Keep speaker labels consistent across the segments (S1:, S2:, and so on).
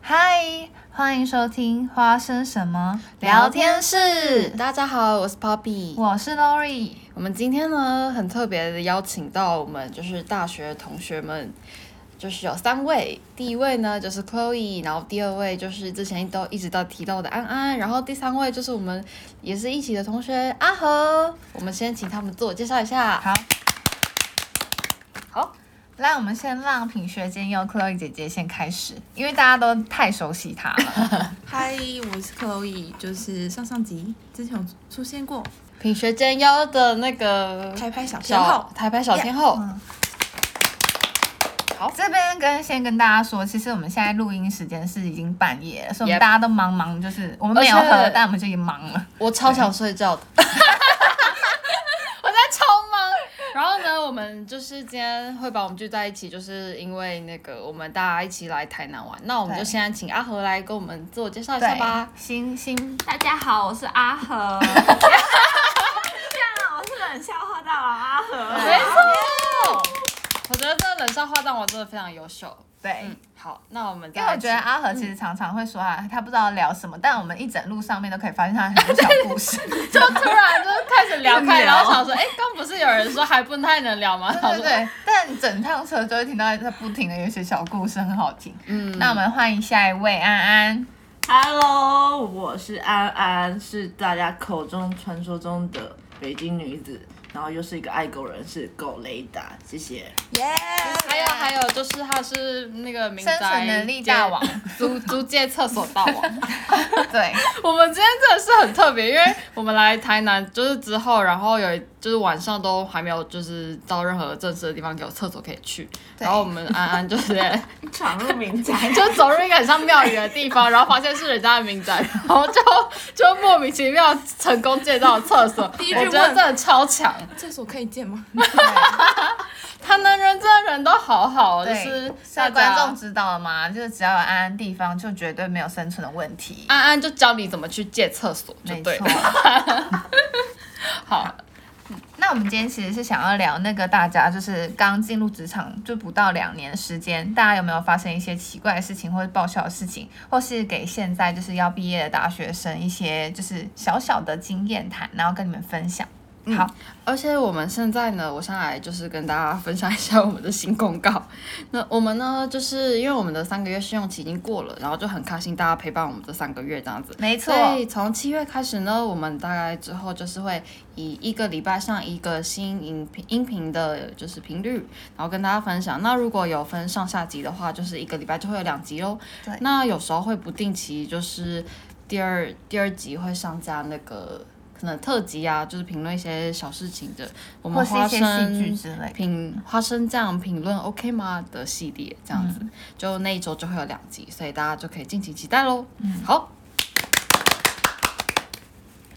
S1: 嗨，欢迎收听《花生什么聊
S2: 聊
S1: 天
S2: 天
S1: 室》，
S2: 大家好，我是 Poppy。
S1: 我是 Lori。
S2: 我们今天呢，很特别的邀请到我们就是大学同学们，就是有三位，第一位呢就是 Chloe，然后第二位就是之前都一直到提到的安安，然后第三位就是我们也是一起的同学阿和。我们先请他们自我介绍一下。
S1: 好，
S2: 好，
S1: 那我们先让品学兼优 Chloe 姐姐先开始，因为大家都太熟悉她了。
S3: 嗨，我是 Chloe，就是上上集之前有出现过
S2: 品学兼优的那个
S3: 台拍小天
S2: 小
S3: 后，
S2: 台拍小天后，
S1: 嗯这边跟先跟大家说，其实我们现在录音时间是已经半夜了，所以我们
S2: Yep
S1: 大家都忙忙，就是我们没有
S2: 而且
S1: 喝，但我们就已经忙了。
S2: 我超想睡觉的， 我在超忙。然后呢，我们就是今天会把我们聚在一起，就是因为那个我们大家一起来台南玩。那我们
S1: 对
S2: 就现在请阿和来跟我们自我介绍一下吧。
S1: 新新
S4: 大家好，我是阿 和。这样啊，我是冷笑话大王阿和。
S2: 没错，我觉得这冷笑话让我真的非常优秀。
S1: 对。
S2: 嗯，好，那我们再
S1: 因为我
S2: 来
S1: 觉得
S2: 请
S1: 阿和其实常常会说啊，他不知道聊什么，但我们一整路上面都可以发现他很多小故事，
S2: 就突然就开始聊开，
S3: 聊
S2: 然后 想说，哎，刚不是有人说还不太能聊吗？
S1: 对
S2: 然后
S1: 对
S2: 说
S1: 对。但整趟车就会听到他不停的有一些小故事，很好听。嗯，那我们欢迎下一位安安。
S3: Hello，我是安安，是大家口中传说中的北京女子，然后又是一个爱狗人士，狗雷达，谢谢。
S1: 耶！
S2: 还有哎还有，就是他是那个民
S1: 生存
S2: 宅
S1: 能力
S2: 界
S1: 大王，
S2: 租租借厕所大王。
S1: 对，
S2: 我们今天真的是很特别，因为我们来台南就是之后，然后有一就是晚上都还没有就是到任何正式的地方给我厕所可以去，
S1: 对
S2: 然后我们安安就是
S3: 闯入民 宅，
S2: 就走入一个很像庙宇的地方，然后发现是人家的民宅，然后就就莫名其妙成功借到了 厕所，
S3: 第一句
S2: 我觉得
S3: 问
S2: 真的超强，
S3: 厕所可以见吗？
S2: 他能人真的人都好好哦，就
S1: 对
S2: 是
S1: 所
S2: 大
S1: 以观
S2: 家
S1: 众知道了吗？就是只要有安安地方，就绝对没有生存的问题。
S2: 安安就教你怎么去借厕所，就
S1: 没
S2: 对
S1: 错
S2: 了。。 好，
S1: 那我们今天其实是想要聊那个大家就是刚进入职场就不到两年的时间，大家有没有发生一些奇怪的事情，或是爆笑的事情，或是给现在就是要毕业的大学生一些就是小小的经验谈，然后跟你们分享。
S2: 嗯
S1: 好，
S2: 而且我们现在呢，我上来就是跟大家分享一下我们的新公告。 那我们呢，就是因为我们的三个月试用期已经过了，然后就很开心大家陪伴我们这三个月这样子。
S1: 没错，
S2: 所以从七月开始呢，我们大概之后就是会以一个礼拜上一个新音频音频的，就是频率，然后跟大家分享。那如果有分上下集的话，就是一个礼拜就会有两集喽
S1: 对。
S2: 那有时候会不定期，就是第二第二集会上架那个可能特辑啊，就是评论一些小事情的。我
S1: 或
S2: 们
S1: 是
S2: 花
S1: 一些戏剧
S2: 生
S1: 之类的。
S2: 评花生酱评论 OK 吗的系列，这样子、就那一周就会有两集，所以大家就可以敬请期待喽。嗯，好。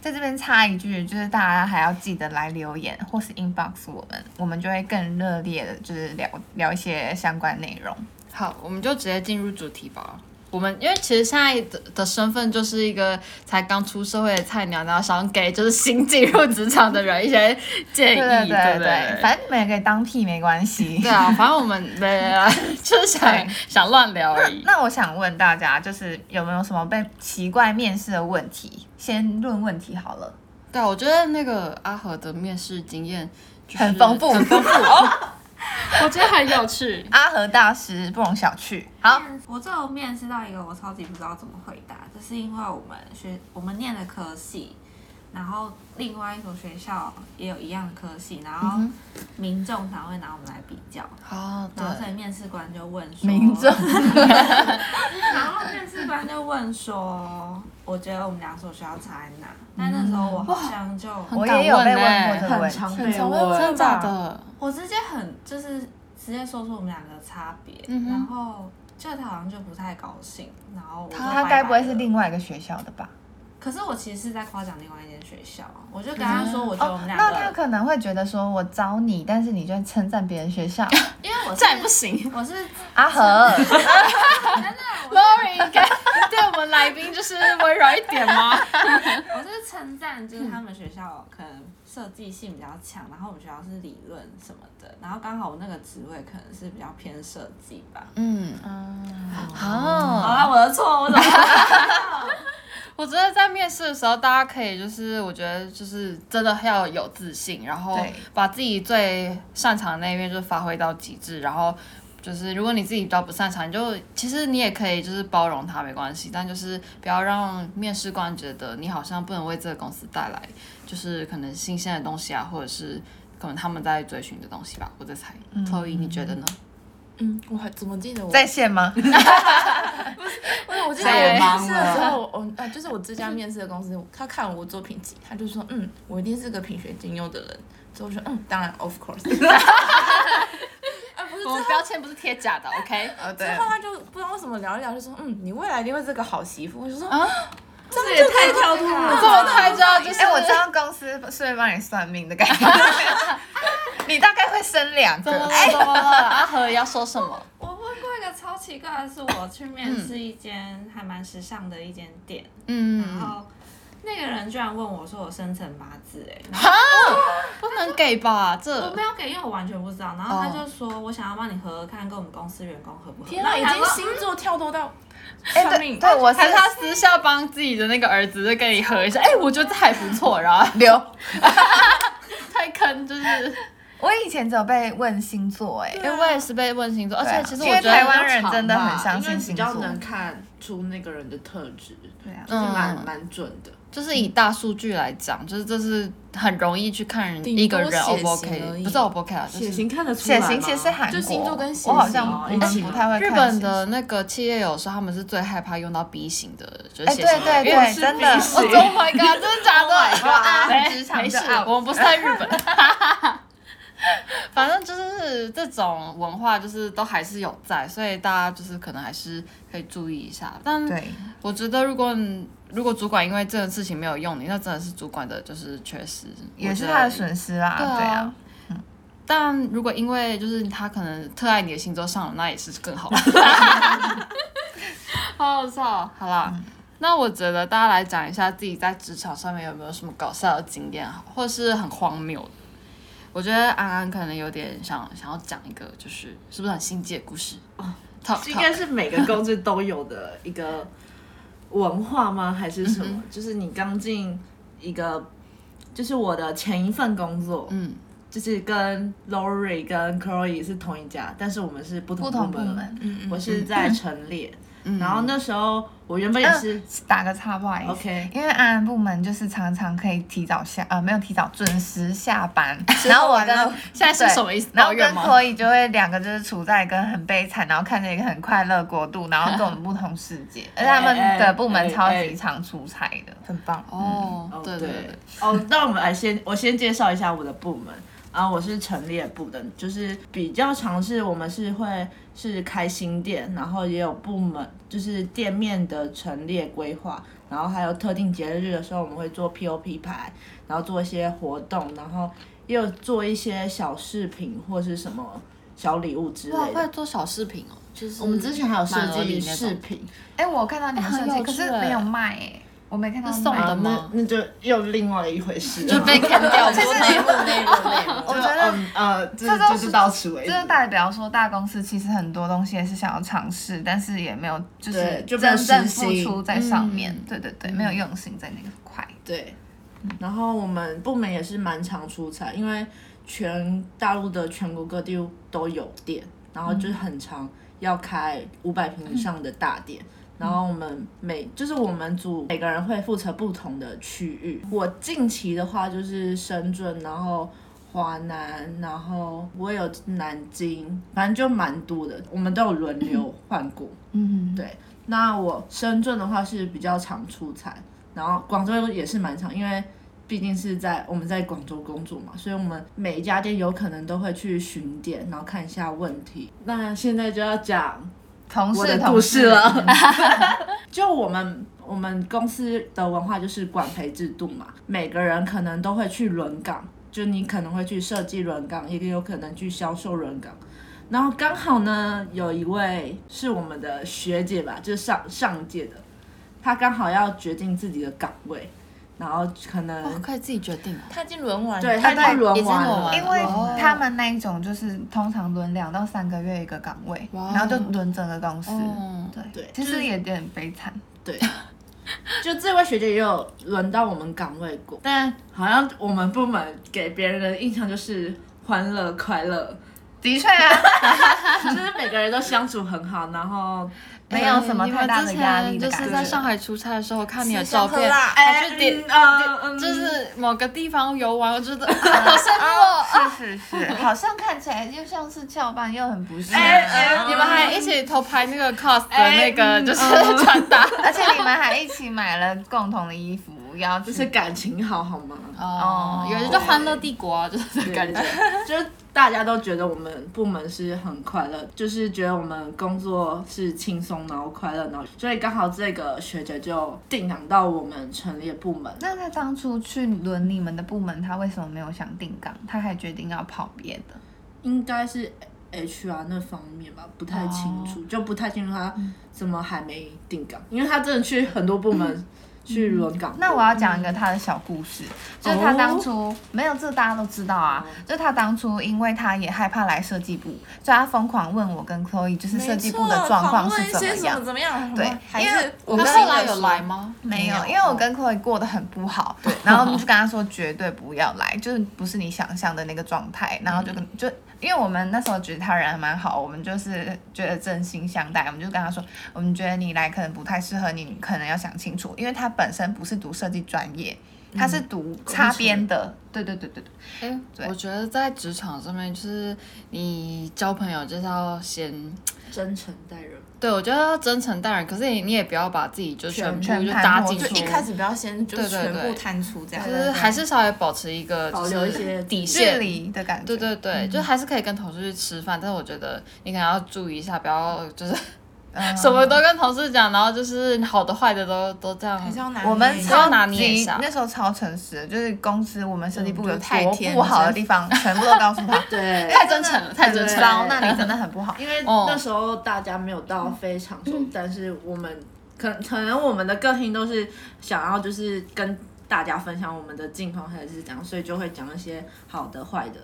S1: 在这边插一句，就是大家还要记得来留言或是 inbox 我们，我们就会更热烈的，就是聊聊一些相关内容。
S2: 好，我们就直接进入主题吧。我们因为其实现在的的身份就是一个才刚出社会的菜鸟，然后想给就是新进入职场的人一些建议，
S1: 对
S2: 哎对
S1: 对
S2: 不
S1: 对，反正你们也可以当屁没关系。
S2: 对啊，反正我们没 就是想
S1: 对
S2: 想乱聊而已。
S1: 那我想问大家，就是有没有什么被奇怪面试的问题？先论问题好了，
S2: 对啊，我觉得那个阿和的面试经验、就是、
S1: 很丰富，
S2: 很丰富。
S4: 我觉得很有趣。
S1: 阿和大师不容小觑。好，
S5: 我最后面试到一个我超级不知道怎么回答，这是因为我们学我们念的科系，然后另外一所学校也有一样的科系，然后
S3: 嗯
S5: 民众常会拿我们来比较，
S2: 哦，
S5: 然后所
S2: 对，
S5: 以面试官就问说，
S1: 民众，
S5: 然后面试官就问说，我觉得我们两所学校差在哪？但那时候
S1: 嗯
S5: 我好像就
S1: 我也有被问过这个
S3: 很
S1: 问题。
S3: 常
S5: 很
S3: 被
S5: 常被问
S3: 问。
S2: 真的假的？
S5: 我直接很就是直接说出我们两个的差别，
S2: 嗯哼
S5: 然后就他好像就不太高兴，然后我就
S1: 他
S5: 拜
S1: 该不会
S5: 拜
S1: 是
S5: 了
S1: 另外一个学校的吧？
S5: 可是我其实是在夸奖另外一间学校，我就跟他说，我觉得我们两
S1: 嗯哦那他
S5: 个，
S1: 可能会觉得说我招你，但是你就称赞别人学 校。
S5: 因为我是
S2: 这也不行。
S5: 我是
S1: 阿和，
S5: 真的，我
S2: Lori 应该 对我们来宾就是温柔一点吗？
S5: 我是称赞，
S6: 嗯
S5: 就是他们学校可能设计性比较强，然后我们学校是理论什么的，然后刚好我那个职位可能是比较偏设计吧。
S2: 嗯，
S6: 嗯
S5: 好
S2: 好，
S5: 了，我的错，我怎么
S2: 我觉得在面试的时候，大家可以就是，我觉得就是真的要有自信，然后
S1: 对
S2: 把自己最擅长的那一面就是发挥到极致，然后就是如果你自己比较不擅长，你就其实你也可以就是包容他没关系，但就是不要让面试官觉得你好像不能为这个公司带来就是可能新鲜的东西啊，或者是可能他们在追寻的东西吧，我在猜。Chloe，你觉得呢？
S6: 嗯，我还怎么记得我
S1: 在线 吗？
S6: 不是，我记得
S3: 太
S6: 我
S3: 忙
S6: 面试的时
S3: 了
S6: 候，我我啊，就是我之前面试的公司，他看我作品集，他就说，嗯，我一定是个品学兼优的人。之后我说，嗯，当然，of course。啊，不是，之
S2: 我
S6: 后
S2: 们标签不是贴假的，OK？
S1: 哦，对
S6: 之，后他就不知道为什么聊一聊，就说，嗯，你未来一定会是个好媳妇。我就说，啊，
S5: 这也太跳脱了？
S2: 这么快就要就是
S1: 哎，我知道公司是会帮你算命的感 觉，你大概会生两
S2: 怎么了
S1: 个。？
S2: 怎么了？阿和要说什么？
S5: 我问过一个超奇怪的是，我去面试一间还蛮时尚的一间店，然
S2: 嗯，
S5: 后那个人居然问我说我生辰八字、欸，哎，
S2: 不能给吧？这
S5: 我没有给，因为我完全不知道。然后他
S2: 哦
S5: 就说我想要帮你核核看，跟我们公司员工合不合。
S6: 天
S5: 那
S6: 哪，
S5: 我
S6: 已
S5: 想
S6: 经
S5: 说
S6: 星座跳脱到
S1: 哎，
S6: 算
S1: 对
S6: 命。
S1: 对，我是
S2: 还是他私下帮自己的那个儿子就跟你合一下，哎、我觉得这还不错，然后
S1: 刘。
S2: 太坑就是。
S1: 我以前只有被问星座，哎，
S2: 因为我也是被问星座，而
S1: 对啊
S2: 且其实
S1: 因
S2: 我
S1: 为
S2: 觉得
S1: 台湾人真的
S3: 吧
S1: 很相
S3: 因为
S1: 信
S3: 比
S1: 星座
S3: 较能看出那个人的特质，
S1: 对啊
S3: 就是蛮
S2: 嗯
S3: 蛮准的。
S2: 就是以大数据来讲，就是这是很容易去看人
S6: 顶
S2: 一个
S6: 多
S2: 人
S6: 血
S2: O
S6: 型
S2: 不 OK，
S6: 而已
S2: 不是 O 不 OK 啊，就是
S3: 血型看得出来
S1: 血
S3: 吗
S1: 型其实是韩国，
S6: 就星座跟血型
S1: 我好像
S3: 哦
S1: 我们不太会看
S2: 日
S1: 血型
S2: 本的那个企业有时候他们是最害怕用到 B 型的，就是
S1: 哎，
S2: 血
S1: 对
S2: 型
S1: 对
S2: 因为
S1: 对，真的，Oh
S2: 我 Oh my god，真的假的？
S1: god
S2: 啊没
S1: 职场
S2: 没
S1: 就
S2: 事
S1: out
S2: 我们不是在日本。 反正就是这种文化，就是都还是有在，所以大家就是可能还是可以注意一下。但
S1: 对，
S2: 我觉得，如果你如果主管因为这件事情没有用你，那真的是主管的就是缺失，
S1: 也是
S2: 我觉得
S1: 他的损失啦，
S2: 对啊
S1: 对啊，
S2: 但如果因为就是他可能特爱你的星座上了，那也是更 好。好好笑哦，好啦。那我觉得大家来讲一下自己在职场上面有没有什么搞笑的经验，啊或是很荒谬的。我觉得安安可能有点想想要讲一个，就是是不是很心机的故事？哦，
S3: 这应该是每个公司都有的一个文化吗？还是什么？就是你刚进一个，就是我的前一份工作，
S2: 嗯，
S3: 就是跟 Lori 跟 Chloe 是同一家，但是我们是不
S1: 不
S3: 同
S1: 同
S3: 部嗯
S1: 部门。
S3: 我是在陈列，然后那时候我原本也是、
S1: 打个岔，不好意思。
S3: OK
S1: 因为安安部门就是常常可以提早下，呃，没有提早准时下班。
S2: 后
S1: 然后我
S2: 完
S1: 跟
S2: 了现在是什么意思
S1: 对然后
S2: 抱怨
S1: 跟
S2: 吗
S1: 可以就会两个就是处在一个很悲惨，然后看着一个很快乐的国度，然后跟我们不同世界，而且他们的部门超级常出差的，很棒。
S2: 哦，
S3: 哦
S2: 对
S3: 对
S2: 对对，
S3: 哦，那我们来先我先介绍一下我的部门啊，我是陈列部的，就是比较尝试我们是会是开新店，然后也有部门就是店面的陈列规划，然后还有特定节日的时候我们会做 POP 牌，然后做一些活动，然后也有做一些小饰品或是什么小礼物之
S2: 哇，
S3: 类
S2: 会
S3: 的。嗯
S2: 做小饰品哦，就是
S3: 我们之前还有设
S2: 满额
S3: 计
S2: 礼那种
S3: 饰品，
S1: 哎，我看到你们设
S2: 哎
S1: 计，
S2: 很有
S1: 可
S2: 趣
S1: 是没有卖哎，我没看到
S2: 是送
S1: 卖
S2: 的
S3: 啊
S2: 吗
S3: 那那就又另外一回事 了，
S2: 就被砍掉，
S1: 其实
S2: 内幕
S6: 内容内容
S1: 我
S3: 就
S1: 觉得
S3: 嗯呃，这
S1: 这都
S3: 就是是到此为止。
S1: 这就代表说，大公司其实很多东西也是想要尝试，但是也没有就是
S3: 对就没有
S1: 真正
S3: 实
S1: 付
S3: 行
S1: 出在上面。
S2: 嗯
S1: 对对对，没有用心在那个块。
S3: 对，然后我们部门也是蛮常出差，因为全大陆的全国各地都有店，然后就是很常要开五百平以上的大店。然后我们每就是我们组每个人会负责不同的区域。我近期的话就是深圳，然后华南，然后我也有南京，反正就蛮多的。我们都有轮流换过。
S1: 嗯，
S3: 对，那我深圳的话是比较常出差，然后广州也是蛮常，因为毕竟是在我们在广州工作嘛，所以我们每一家店有可能都会去巡店，然后看一下问题。那现在就要讲
S1: 同
S3: 我
S1: 事
S3: 的
S1: 同
S3: 故
S1: 事
S3: 事，了， 就我们。我们公司的文化就是管培制度嘛，每个人可能都会去轮岗，就你可能会去设计轮岗，也有可能去销售轮岗。然后刚好呢，有一位是我们的学姐吧，就是上上届的，他刚好要决定自己的岗位，然后可能、
S2: 哦，可以自己决定哦。
S6: 他已经轮完了，
S3: 对他
S1: 对
S3: 已经轮
S2: 已经
S3: 完
S2: 轮
S3: 了，
S2: 完
S1: 因为
S2: 哦
S1: 他们那一种就是通常轮两到三个月一个岗位，
S2: 哇
S1: 然后就轮整个公司。
S2: 哦
S1: 对
S3: 对
S1: 其
S3: 就是
S1: 实也有点悲惨。
S3: 对，就这位学姐也有轮到我们岗位过，但好像我们部门给别人的印象就是欢乐快乐，
S1: 的确啊，
S3: 就是每个人都相处很好，然后
S1: 没有什么太大的压力
S2: 你
S1: 的
S2: 嗯
S1: 感
S2: 们之前
S1: 觉。
S2: 就是在上海出差的时候，我看你的照
S6: 吃香喝
S2: 片，
S6: 辣
S2: 还去点
S3: 嗯，呃嗯
S2: 哎就是某个地方游玩，我 觉得好羡慕。
S1: 是是 是，好像看起来又像是翘班，又很不是。
S3: 哎
S2: 你们还一起偷拍那个 cos 的那
S6: 哎
S2: 个，
S6: 嗯
S2: 就是
S1: 嗯
S2: 穿搭。
S1: 而且你们还一起买了共同的衣服，要就
S3: 就是感情好好吗？
S2: 哦，有人叫欢乐帝国啊，就是这个
S3: 对
S2: 感觉。
S3: 就是大家都觉得我们部门是很快乐，就是觉得我们工作是轻松，然后快乐，然后所以刚好这个学姐就定岗到我们陈列部门。
S1: 那他当初去轮你们的部门，他为什么没有想定岗？他还决定要跑别的？
S3: 应该是 HR 那方面吧，不太清
S1: 哦
S3: 楚，就不太清楚他
S1: 嗯
S3: 怎么还没定岗，因为他真的去很多部门去轮岗过。
S1: 嗯那我要讲一
S6: 嗯
S1: 个他的小故事，就是他当初、
S6: 哦
S1: 没有，这大家都知道啊。
S6: 嗯
S1: 就是他当初，因为他也害怕来设计部，所以他疯狂问我跟 Chloe，就是设计部的状况是
S6: 没
S1: 怎
S6: 错访问
S1: 么
S6: 一些什
S1: 样
S6: 么。怎么样？
S1: 对
S6: 还
S1: 因为
S6: 是
S1: 我
S6: 五
S1: 跟
S6: 星
S1: 他
S2: 后
S6: 的
S2: 来有
S6: 书
S2: 来？吗？
S1: 没有，因为我
S2: 嗯
S1: 跟 Chloe 过得很不好，对，然后我们就跟他说绝对不要来，就是不是你想象的那个状态，然后就
S2: 嗯
S1: 跟就。因为我们那时候觉得他人还蛮好，我们就是觉得真心相待，我们就跟他说，我们觉得你来可能不太适合你，你可能要想清楚，因为他本身不是读设计专业，他
S2: 嗯
S1: 是读擦边的，对对对对对，
S2: 哎，
S1: 对
S2: 我觉得在职场上面，就是你交朋友就是要先，
S3: 真诚待人，
S2: 对我觉得要真诚待人，可是你你也不要把自己就全部
S1: 全
S2: 就
S1: 盘
S2: 搭
S1: 托
S2: 进
S1: 出
S2: 去，
S6: 就一开始不要先就
S2: 对对
S6: 全
S2: 对
S6: 部摊出这样
S2: 就。
S1: 对
S2: 是
S1: 对
S2: 还是稍微保持一个
S3: 保留一些
S2: 底
S1: 距
S2: 线。
S1: 离的感觉，
S2: 对对对，
S3: 嗯
S2: 就还是可以跟同事去吃饭，但是我觉得你可能要注意一下，不要就是
S1: 嗯
S2: 什么都跟同事讲，然后就是好的坏的都都这样。
S6: 还是要拿
S3: 啊
S6: 捏
S1: 我们
S2: 这要
S1: 超
S2: 拿捏一
S1: 级
S2: 下
S1: 那时候超诚实的，就是公司我们设计部有
S6: 嗯就太
S1: 多
S6: 天
S1: 不好的
S6: 真
S1: 地方，全部都告诉 他。
S3: 对。
S2: 太真诚了，太真诚了。
S1: 糟，那你真的很不好。
S3: 因为
S2: 哦
S3: 那时候大家没有到非常熟，但是我们可可能我们的个性都是想要就是跟大家分享我们的近况还是怎样，所以就会讲一些好的坏的。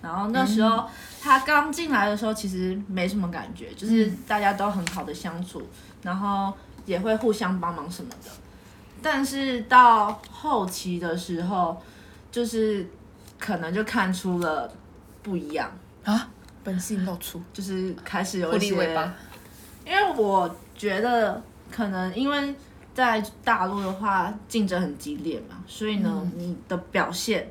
S3: 然后那时候、他刚进来的时候，其实没什么感觉，就是大家都很好的相处，然后也会互相帮忙什么的。但是到后期的时候，就是可能就看出了不一样，
S6: 本性露出，
S3: 就是开始有
S2: 狐
S3: 一
S2: 狸
S3: 些
S2: 尾巴，
S3: 因为我觉得可能因为在大陆的话竞争很激烈嘛，所以呢，
S2: 嗯
S3: 你的表现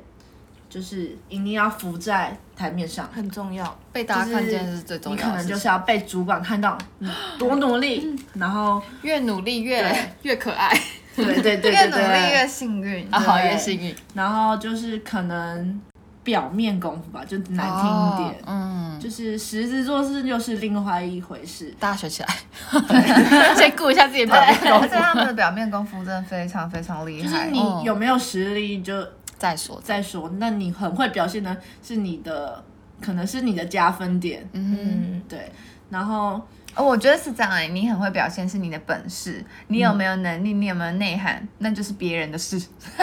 S3: 就是一定要浮在台面上，
S6: 很重要。
S2: 被大家看见是最重
S3: 你
S2: 要
S3: 可
S2: 的
S3: 能
S2: 事
S3: 就是
S2: 情。嗯
S3: 要被主管看到你多努力，然后
S2: 越努力越
S3: 对
S2: 越可爱，
S3: 对对对对
S1: 越努力
S3: 对
S1: 越幸运。
S2: 啊， 好
S3: 对
S2: 越幸运。
S3: 然后就是可能表面功夫吧，就难听一点。
S2: 哦嗯，
S3: 就是实质做事又是另外一回事，
S2: 大家学起来， 先顾一下自己表面功
S1: 而
S2: 夫
S1: 且他们的表面功夫真的非常非常厉
S3: 就是
S1: 害。
S3: 你
S2: 哦
S3: 有没有实力就
S2: 再说。
S3: 再说，那你很会表现呢，是你的可能是你的加分点，
S2: 嗯，
S6: 嗯，
S3: 对。然后
S1: 哦我觉得是这样哎、你很会表现是你的本事，你有没有能力，你有没有内涵，那就是别人的 事。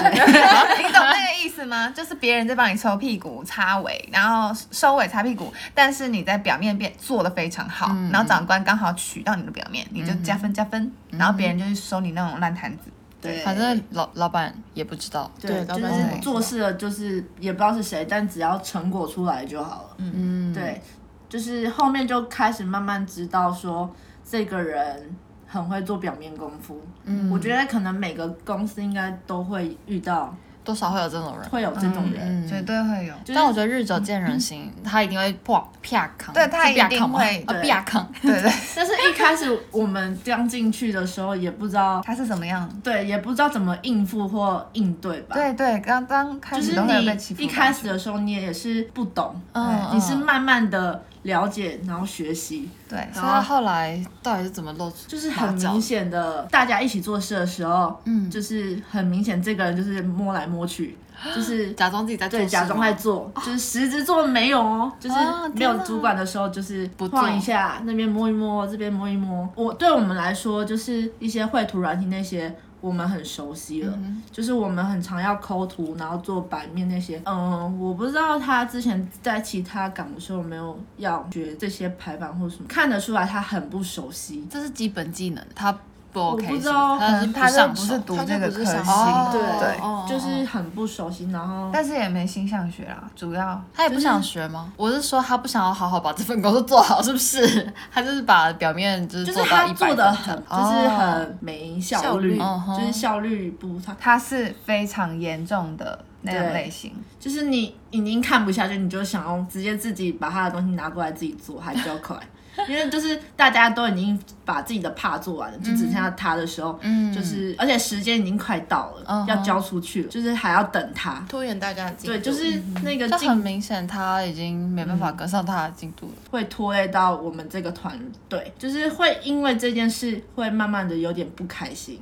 S1: 你懂那个意思吗？就是别人在帮你抽屁股、擦尾，然后收尾、擦屁股，但是你在表面变做的非常好，
S2: 嗯
S1: 然后长官刚好取到你的表面，你就加分加分，然后别人就是收你那种烂摊子。
S3: 对，
S2: 反正老老板也不知道。
S3: 对，
S6: 对老
S3: 就
S6: 板
S1: 很
S3: 是
S1: 忙
S3: 做事了，就是也不知道是谁，但只要成果出来就好了。嗯，
S2: 嗯，
S3: 对，就是后面就开始慢慢知道说这个人很会做表面功夫。嗯，我觉得可能每个公司应该都会遇到
S2: 多少会有这种人。
S3: 会有这种人，
S2: 嗯
S1: 绝对会有。
S3: 就是
S2: 但我觉得日久见人心，他一定会破啪康，
S1: 对他
S2: 是啪
S1: 一定
S2: 康吗
S1: 会
S2: 啊
S3: 对
S2: 啪康，
S1: 对 对，
S3: 但是一开始我们刚进去的时候也不知道，
S1: 他是怎么样？
S3: 对，也不知道怎么应付或应对吧。
S1: 对对，刚刚开
S3: 就
S1: 始
S3: 是
S1: 都会有被
S3: 你
S1: 欺负。
S3: 一开始，的时候，你也是不懂，
S2: 嗯
S3: 你是慢慢的了解，然后学习，
S1: 对，
S2: 所以他后来到底是怎么露出？
S3: 就是很明显的，大家一起做事的时候，嗯，就是很明显这个人就是摸来摸去，就是
S2: 假装自己在做
S3: 对，哦
S2: 事
S3: 假装在
S2: 吗
S3: 做，就是实质做没有哦，就是
S2: 啊
S3: 没有
S2: 天哪
S3: 主管的时候，就是
S2: 做
S3: 晃一下，那边摸一摸，这边摸一摸。我对我们来说，就是一些绘图软体那些。我们很熟悉了，就是我们很常要抠图，然后做版面那些。嗯，我不知道他之前在其他岗的时候有没有要学这些排版或什么，看得出来他很不熟悉。
S2: 这是基本技能，他不 OK，
S3: 不知
S2: 是
S3: 道
S1: 可
S2: 他
S1: 能
S2: 是
S1: 他就
S2: 上
S1: 不
S2: 手
S1: 是读
S6: 他就
S1: 这个
S6: 不
S1: 科
S6: 是想
S1: 系，
S2: 哦
S3: 对
S1: 对
S2: 哦
S3: 就是很不熟悉，然后
S1: 但是也没心向学啦，主要
S2: 他也不想学吗？我是说他不想要好好把这份工作做好，是不是？他就是把表面就是
S3: 就是
S2: 做到
S3: 他
S2: 一百
S3: 做的很，就是
S2: 哦
S3: 很没效率，
S2: 效率嗯哼
S3: 就是效率不太，
S1: 他是非常严重的那种
S3: 对
S1: 类型，
S3: 就是你已经看不下去，你就想要直接自己把他的东西拿过来自己做，还比较快。 因为就是大家都已经把自己的怕做完了，就只剩下他的时候，
S2: 嗯
S3: 就是而且时间已经快到了，
S2: 嗯哼
S3: 要交出去了，就是还要等他。
S6: 拖延大家的进
S3: 对，
S6: 度
S3: 就是那个
S2: 就
S3: 进
S2: 很明显他已经没办法跟上他的进度了。
S3: 会拖累到我们这个团队，就是会因为这件事会慢慢的有点不开心，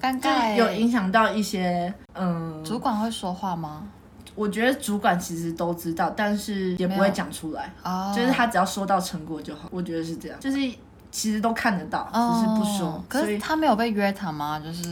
S2: 尴
S3: 就
S2: 尬欸，
S3: 有影响到一些嗯，
S2: 主管会说话吗？
S3: 我觉得主管其实都知道，但是也不
S2: 没
S3: 会
S2: 有
S3: 讲出来，
S2: 啊，
S3: 就是他只要收到成果就好。我觉得是这样，就是其实都看得到，只是不说
S2: 哦。可
S3: 所
S2: 是
S3: 以
S2: 他没有被约谈吗？就是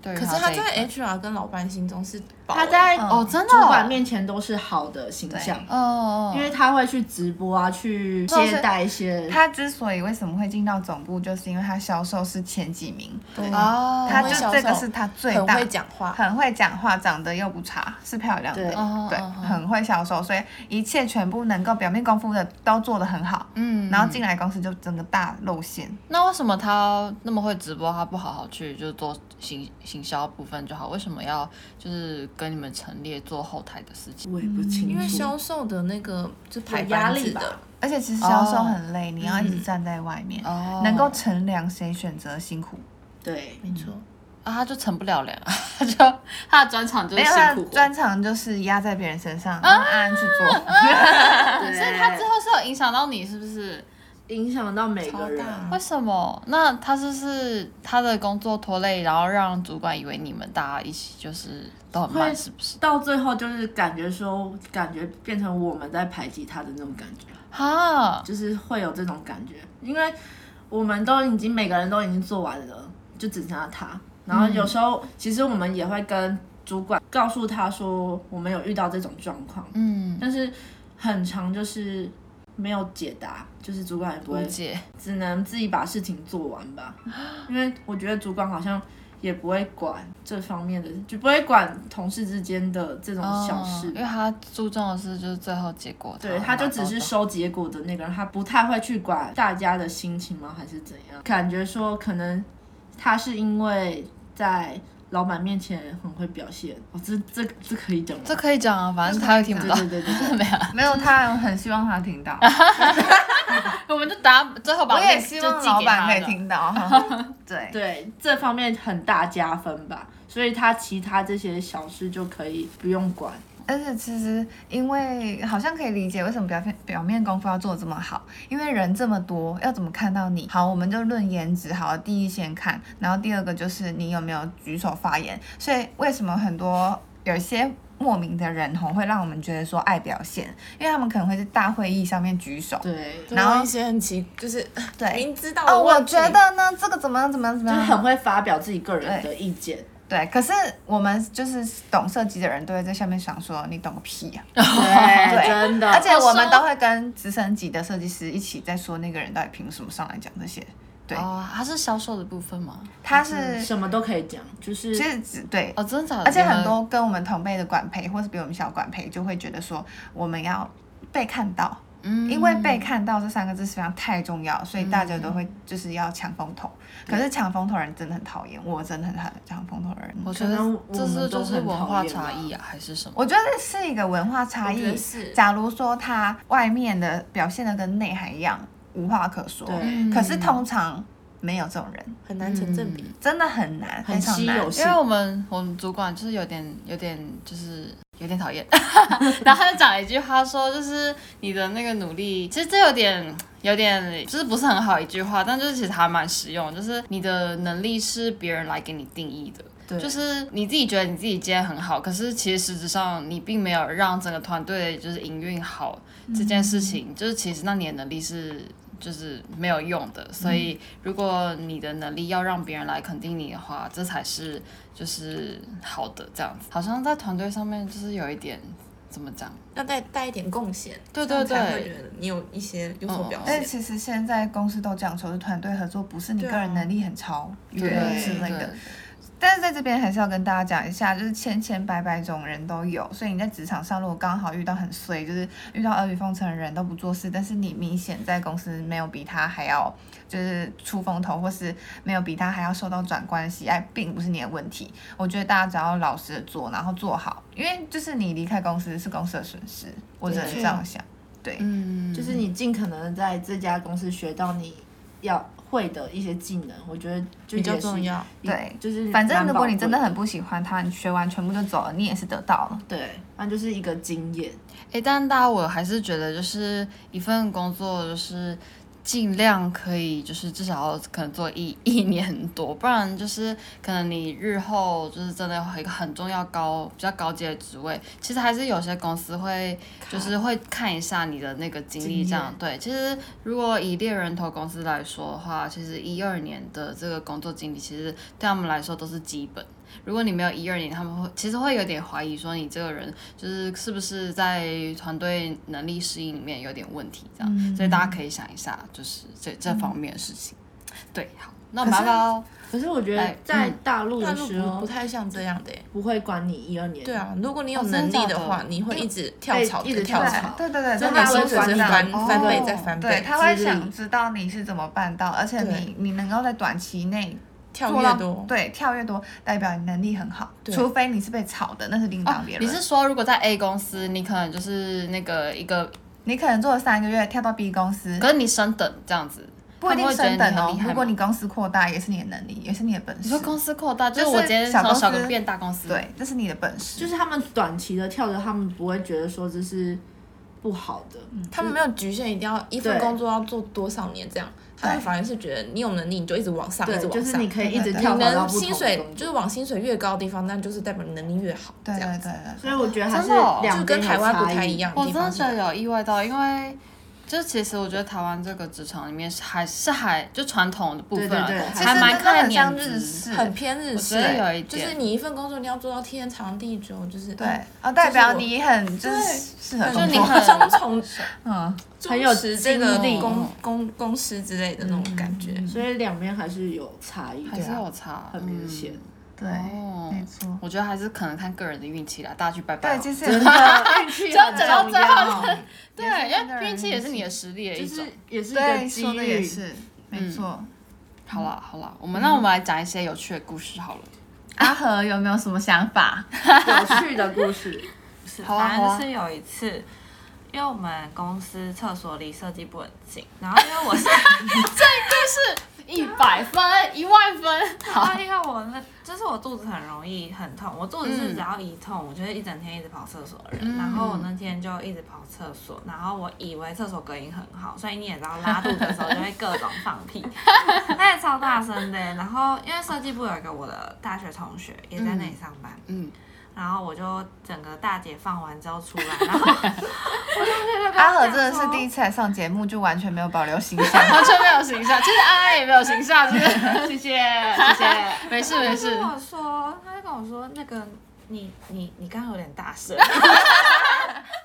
S2: 对于这
S6: 可
S2: 一
S6: 是
S2: 块，
S6: 他在 HR 跟老板心中是宝
S3: 他在
S2: 哦真的哦
S3: 嗯主管面前都是好的形象，
S2: 哦哦，
S3: 因为他会去直播啊，去
S1: 知道是
S3: 接待一些。
S1: 他之所以为什么会进到总部，就是因为他销售是前几名，
S6: 对
S2: 哦，
S1: 他
S6: 会
S1: 就
S6: 销
S1: 这个
S6: 售
S1: 是他最
S6: 很
S1: 大
S6: 会讲话，
S1: 很会讲话，长得又不差，是漂亮的，
S3: 对
S2: 哦
S1: 对，
S2: 哦哦
S1: 很会销售，所以一切全部能够表面功夫的都做得很好，
S2: 嗯
S1: 然后进来公司就整个大露馅。
S2: 那为什么他那么会直播，他不好好去就做行行销部分就好？为什么要就是跟你们陈列做后台的事情？
S3: 我也不清
S6: 因
S1: 嗯
S6: 为
S3: 楚，
S6: 销售的那个就排
S3: 有压
S6: 班
S3: 力
S6: 制
S3: 吧
S6: 的，
S1: 而且其实销售很累，你要一直站在外面，
S2: 哦
S1: 能够乘凉谁选择辛苦？
S3: 对，
S6: 没错。
S2: 啊， 他就成不了脸，他就他的专场就是
S1: 没有，
S2: 辛
S1: 他的
S2: 苦活，
S1: 专长就是压在别人身上，让安安去做。
S3: 嗯
S2: 所以他之后是有影响到你，是不是？
S3: 影响到每个人
S6: 超。大
S2: 为什么？那他是不是他的工作拖累，然后让主管以为你们大家一起就是都很慢，
S3: 会
S2: 是不是？
S3: 到最后就是感觉说，感觉变成我们在排挤他的那种感觉。
S2: 哈，
S3: 就是会有这种感觉，因为我们都已经每个人都已经做完了，就只剩下他。然后有时候、其实我们也会跟主管告诉他说我们有遇到这种状况，
S2: 嗯，
S3: 但是很长就是没有解答，就是主管也不
S2: 无
S3: 会，
S2: 解，
S3: 只能自己把事情做完吧。因为我觉得主管好像。也不会管这方面的，就不会管同事之间的这种小
S2: 嗯
S3: 事，
S2: 因为他注重的是就是最后结果。
S3: 对，他就只是收结果的那个人，他不太会去管大家的心情吗？还是怎样？感觉说可能他是因为在老板面前很会表现，哦，这这这可以讲吗？
S2: 这可以讲啊，反正他又听不
S3: 对
S2: 到。
S3: 对对对对，
S2: 没有，
S1: 没有，他很希望他听到，
S2: 我们就打最 后把
S1: 我也
S2: 那个
S1: 希望
S2: 就 寄
S1: 老
S2: 给
S1: 板
S2: 他
S1: 可以
S2: 了。
S1: 听 到。对，
S3: 对这方面很大加分吧，所以他其他这些小事就可以不用管。
S1: 而且其实因为好像可以理解为什么表面表面功夫要做得这么好，因为人这么多，要怎么看到你？好，我们就论颜值，好，第一先看，然后第二个就是你有没有举手发言。所以为什么很多有一些莫名的人吼，会让我们觉得说爱表现，因为他们可能会在大会议上面举手，
S3: 对，
S1: 然后
S6: 问一些很奇，就是
S1: 对。
S6: 明知道
S1: 哦，
S6: 有问
S1: 我
S6: 题
S1: 觉得呢，这个怎么样，怎么样，怎么
S3: 就
S1: 样，
S3: 很会发表自己个人的意见。
S1: 对，可是我们就是懂设计的人都会在下面想说，你懂个屁啊呀、
S3: 对
S1: 对
S3: 真 的
S1: 而且我们都会跟资深级的设计师一起在说那个人到底凭什么上来讲这些。对，
S2: 哦，他是销售的部分吗？
S1: 他
S3: 嗯
S1: 是
S3: 什么都可以讲，就是
S1: 其实只对，
S2: 哦，真的假的？
S1: 而且很多跟我们同辈的管培或是比我们小管培就会觉得说我们要被看到，
S2: 嗯，
S1: 因为被看到这三个字实际上太重要，所以大家都会就是要抢风头。可是抢风头人真的很讨厌，我真的很讨厌抢风头的人。
S2: 我觉
S3: 可
S2: 得
S3: 能我
S2: 这
S3: 们
S2: 是
S3: 都
S2: 就是
S3: 很
S2: 文
S3: 讨
S2: 化
S3: 厌
S2: 差
S3: 吧
S2: 异啊，还是什么？
S1: 我觉得是一个文化差
S6: 我觉
S1: 异
S6: 得。是
S1: 假如说
S2: 嗯
S1: 他外面的表现的跟内涵一样，无话可说。
S3: 对
S1: 可是通常没有这种人，
S6: 很难成正比。
S1: 真的很难，
S3: 很
S1: 非常
S3: 稀
S1: 难
S3: 有。
S2: 因
S3: 性
S2: 为。我们我们主管就是有点有点就是有点讨厌， 然后他就讲了一句话说，就是你的那个努力，其实这有点有点就是不是很好一句话，但就是其实还蛮实用，就是你的能力是别人来给你定义的。
S3: 对
S2: 就是你自己觉得你自己今天很好，可是其实实质上你并没有让整个团队就是营运好这件事情，就是其实那你的能力是就是没有用的。所以如果你的能力要让别人来肯定你的话，这才是就是好的这样子。好像在团队上面就是有一点怎么
S1: 嗯
S2: 讲，
S6: 要带带一点贡献，
S2: 对
S6: 这样
S2: 对
S6: 才
S2: 对
S6: 会觉得你有一些有所表
S1: 嗯但
S6: 现。
S1: 其实现在公司都讲求是团队合作，不是你
S6: 对啊
S1: 个人能力很超越
S2: 对
S1: 之类
S2: 对
S1: 的。但是在这边还是要跟大家讲一下，就是嗯千千百百种人都有，所以你在职场上如果刚好遇到很衰，就是遇到阿谀奉承的人都不做事，但是你明显在公司没有比他还要就是出风头，或是没有比他还要受到长官的喜爱，哎并不是你的问题。我觉得大家只要老实的做，然后做好，因为就是你离开公司是公司的损失，我只能这样想。
S2: 嗯，
S3: 就是你尽可能在这家公司学到你要会的一些技能，我觉得就
S6: 比较
S3: 也是
S6: 重要
S3: 一。
S1: 对
S3: 就是
S1: 反正如果你真的
S3: 蛮宝
S1: 很不喜欢他，你学完全部就走了，你也是得到了。
S3: 贵的对，那就是一个经验。
S2: 诶，但大家我还是觉得，就是一份工作，就是尽量可以，就是至少要可能做一一年多，不然就是可能你日后就是真的有一个很重要高比较高阶的职位，其实还是有些公司会就是会看一下你的那个经历，这样对。其实如果以猎人头公司来说的话，其实一二年的这个工作经历，其实对他们来说都是基本。如果你没有一二年，他们会其实会有点怀疑，说你这个人就是是不是在团队能力适应里面有点问题，这样。
S1: 嗯
S2: 所以大家可以想一下，就是这这方面的事情。对，好，那我们要不要
S3: 可是我觉得
S2: 哎
S3: 在
S2: 嗯
S3: 大陆
S6: 大
S3: 的
S6: 陆
S3: 时
S6: 不
S1: 哦
S3: 候
S6: 不太像这样的耶，
S3: 不会管你一二年，
S6: 对，啊，如果你有
S2: 哦真的
S6: 能力
S2: 假
S6: 的
S2: 的
S6: 话，你会一直跳槽，
S3: 一直
S6: 跳
S3: 跳
S6: 槽
S3: 槽。
S1: 对对对，
S6: 真
S1: 在
S6: 的
S1: 大陆
S6: 薪水
S1: 管
S6: 是
S1: 长
S6: 翻
S1: 哦
S6: 翻倍再翻
S1: 对，
S6: 倍，
S1: 他会
S3: 之
S1: 想
S3: 类
S1: 知道你是怎么办到，而且你
S6: 对
S1: 你能够在短期内
S6: 跳
S1: 做
S6: 越
S1: 到
S6: 多。
S1: 对跳越多，代表你能力很好，
S6: 对
S1: 除非你是被炒的，那是另
S2: 哦
S1: 当别，
S2: 你
S1: 论。
S2: 是说如果在 A 公司，你可能就是那个一个，
S1: 你可能做了三个月，跳到 B 公司，
S2: 可是你升等这样子，
S1: 不一定升等
S2: 他们会觉得你很
S1: 哦
S2: 厉害。吗
S1: 如果你公司扩大，也是你的能力，也是你的本
S2: 你
S1: 事
S2: 说。公司扩大，就
S1: 就是是
S2: 我今天
S1: 小
S2: 从
S1: 公司
S2: 小公司变大公司，，
S1: 对，这是你的本事。
S3: 就是他们短期的跳的，他们不会觉得说这是不好的。
S6: 他们没有局限，一定要一份
S3: 对
S6: 工作要做多少年这样，他们
S1: 对
S6: 反而是觉得你有能力你就一直往上，一
S3: 对，
S6: 直往上，
S3: 就是你可以一直
S1: 对对
S3: 跳槽到
S6: 能
S3: 不同
S6: 薪
S3: 的
S6: 水
S3: 工作
S6: 就是往薪水越高的地方，那就是代表你能力越好，
S1: 对
S6: 这
S1: 对
S6: 样
S1: 对
S6: 子，
S1: 对
S3: 所以我觉得还是
S2: 真的哦
S3: 两
S6: 就
S3: 边
S6: 跟
S3: 有
S6: 台湾不
S3: 差
S6: 太
S3: 异
S6: 一样。的
S2: 我
S6: 地
S2: 真的
S6: 方是
S2: 觉得有意外到，因为就其实我觉得台湾这个职场里面是还是还就传统的部分啊，
S3: 对对对
S1: 其实
S2: 还蛮
S1: 真的
S2: 看
S1: 很像
S2: 年
S1: 日
S2: 资
S1: 式，
S6: 很偏日式
S2: 我觉得
S6: 欸，
S2: 有一
S6: 就
S2: 点
S6: 是你一份工作你要做到天长地久，就是
S1: 对
S6: 嗯，
S1: 啊，代表
S6: 我
S1: 你很就是适合
S6: 就
S1: 工
S6: 你
S1: 作，
S6: 很忠从
S1: 嗯，
S6: 很
S3: 有
S6: 这个
S3: 经历
S6: 公公公司之类的那
S3: 嗯
S6: 种感觉，
S3: 所以两边还是有差异，
S2: 还是有差，
S3: 很明显。
S6: 嗯
S1: 对，
S2: 哦
S1: 没错。
S2: 我觉得还是可能看个人的运气啦，大家去拜
S1: 对，
S2: 拜哦。
S1: 其实
S3: 真的运气很
S2: 整到
S3: 重
S2: 最后
S3: 要，
S2: 对，
S1: 看
S2: 因
S1: 个
S2: 为
S1: 人
S2: 运气也是
S1: 运
S2: 你
S1: 气
S2: 的实力的
S3: 就
S2: 一
S3: 是
S2: 种。
S3: 也是一个
S1: 对
S3: 机
S1: 说的也
S3: 遇。
S1: 是，没错。
S2: 好啦好啦，我们那我们来讲一些有趣的故事好了。
S1: 阿和有没有什么想法？
S3: 有趣的故事。
S5: 是，
S1: 哦
S2: 好啊
S5: 反
S2: 好啊
S5: 正就是有一次，因为我们公司厕所离设计部很近，然后因为 我是，
S2: 一百分，一万分，
S5: 然后因为我那就是我肚子很容易很痛，我肚子
S1: 嗯
S5: 是只要一痛，我就是一整天一直跑厕所的人。然后我那天就一直跑厕所，然后我以为厕所隔音很好，所以你也知道拉肚子的时候就会各种放 屁，那也超大声的。然后因为设计部有一个我的大学同学也在那里上班，
S2: 嗯，
S5: 然后我就整个大解放完之后出来，然后 我就觉得
S1: 阿和真的是第一次来上节目，就完全没有保留形 象。
S2: 完全没有形象，其实安安也没有形象，就是 谢谢谢谢，没事没
S5: 他
S2: 事
S5: 就。跟我说，他就跟我说，那个你你你刚刚有点大声。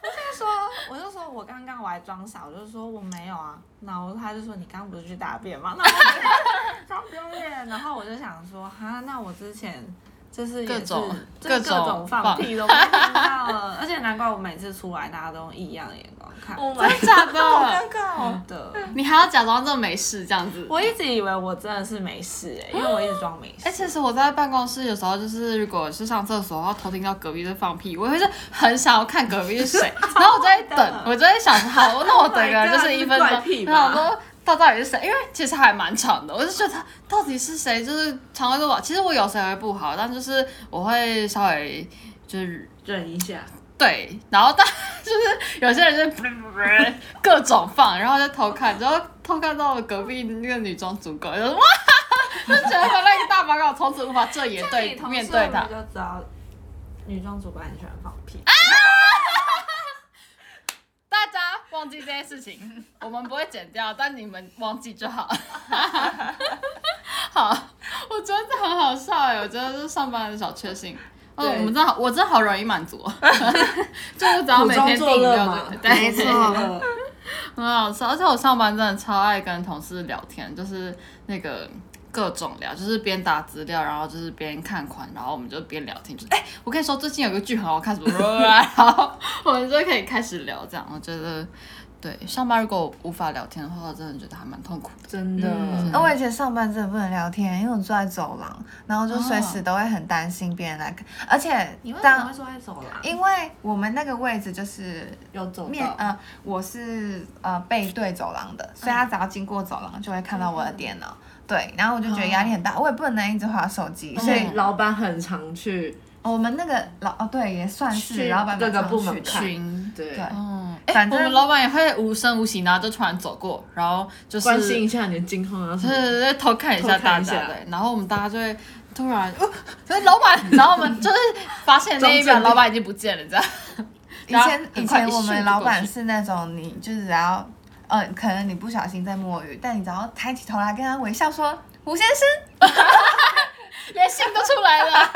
S5: 我就说，我就说我刚刚我还装傻，我就说我没有啊。然后他就说你刚刚不是去大便吗？ 那我就超丢脸。然后我就想说，哈，那我之前就是也是
S2: 各种
S5: 就是各
S2: 各
S5: 种
S2: 种
S5: 放
S2: 放
S5: 屁都被听到了， 而且难怪我每次出来大家都用异样的眼光看。
S6: Oh
S2: 真
S6: my
S2: 的假
S6: god，好
S2: 的
S6: 尴？尬哦。
S5: 真的，
S2: 你还要假装这没事这样子？
S5: 我一直以为我真的是没事、欸，因为我一直装没事。
S2: 哎、其实我在办公室有时候就是，如果是上厕所，然后偷听到隔壁在放屁，我会是很想要 看隔壁是谁，然后我就会等，我就会想说，好，那我等个
S3: Oh my
S2: 就
S3: god，
S2: 是一分钟
S3: 这是怪癖，吧
S2: 然后我说到到底是谁？因为其实还蛮长的，我就觉得到底是谁，就是常常都把。其实我有时候也会不好，但就是我会稍微就是
S4: 忍一下，
S2: 对，然后但就是有些人就是 各种放，然后就偷看，然后偷看到了隔壁那个女装主管，就说哇， 就觉得那个大马狗从此无法正眼对
S5: 你同
S2: 面
S5: 事
S2: 对
S5: 我
S2: 他
S5: 们。就知道女装主管很喜欢放屁。
S2: 大家忘记这件事情，我们不会剪掉，但你们忘记就好。 好，我觉得这很好笑哎，我觉得这是上班的小确幸。哦，我们真的好，我真的好容易满 足哦，就我只要每天
S3: 苦中作
S2: 订
S3: 乐
S2: 就
S3: 嘛
S2: 对，对
S5: 没错，
S2: 很好笑，而且我上班真的超爱跟同事聊天，就是那个各种聊，就是边打资料，然后就是边看款，然后我们就边聊天，就是哎、我跟你说最近有个剧很好看，什么什么，然后我们就可以开始聊这样。我觉得，对，上班如果我无法聊天的话，我真的觉得还蛮痛苦的。
S3: 真的，
S1: 那我以前上班真的不能聊天，因为我住在走廊，然后就随时都会很担心别人来看，而且
S5: 你为什么
S1: 当
S5: 会说在走廊？
S1: 因为我们那个位置就是
S3: 要走
S1: 啊面
S3: 到
S1: 呃，我是呃背对走廊的，所以他只要经过走廊就会看到我的电脑。对，然后我就觉得压力很大，我也不能一直划手机，所
S3: 所
S1: 以
S3: 以老板很常去，
S1: 哦我们那个老哦对也算是
S3: 去
S1: 老板
S3: 各个
S1: 蛮常
S3: 部门
S1: 去的
S3: 看
S2: 群，
S3: 对，
S1: 对
S2: 嗯，哎、
S1: 反
S2: 我
S1: 正
S2: 们老板也会无声无息，然后就突然走过，然后就是
S3: 关心一下你的近况啊什
S2: 就
S3: 么的。
S2: 是在偷看一下大
S3: 偷看一
S2: 家，
S3: 下
S2: 对，然后我们大家就会突然，呃可是老板，然后我们就是发现那一秒
S3: 装镇
S2: 老板已经不见了，这样。
S1: 以
S2: 然后
S1: 前以
S2: 很快
S1: 前
S2: 一
S1: 我们
S2: 瞬
S1: 老
S2: 就过
S1: 板
S2: 去
S1: 是那种你就只要呃，可能你不小心在摸鱼，但你只要抬起头来跟他微笑说“胡先生”，
S2: 连信都出 来了，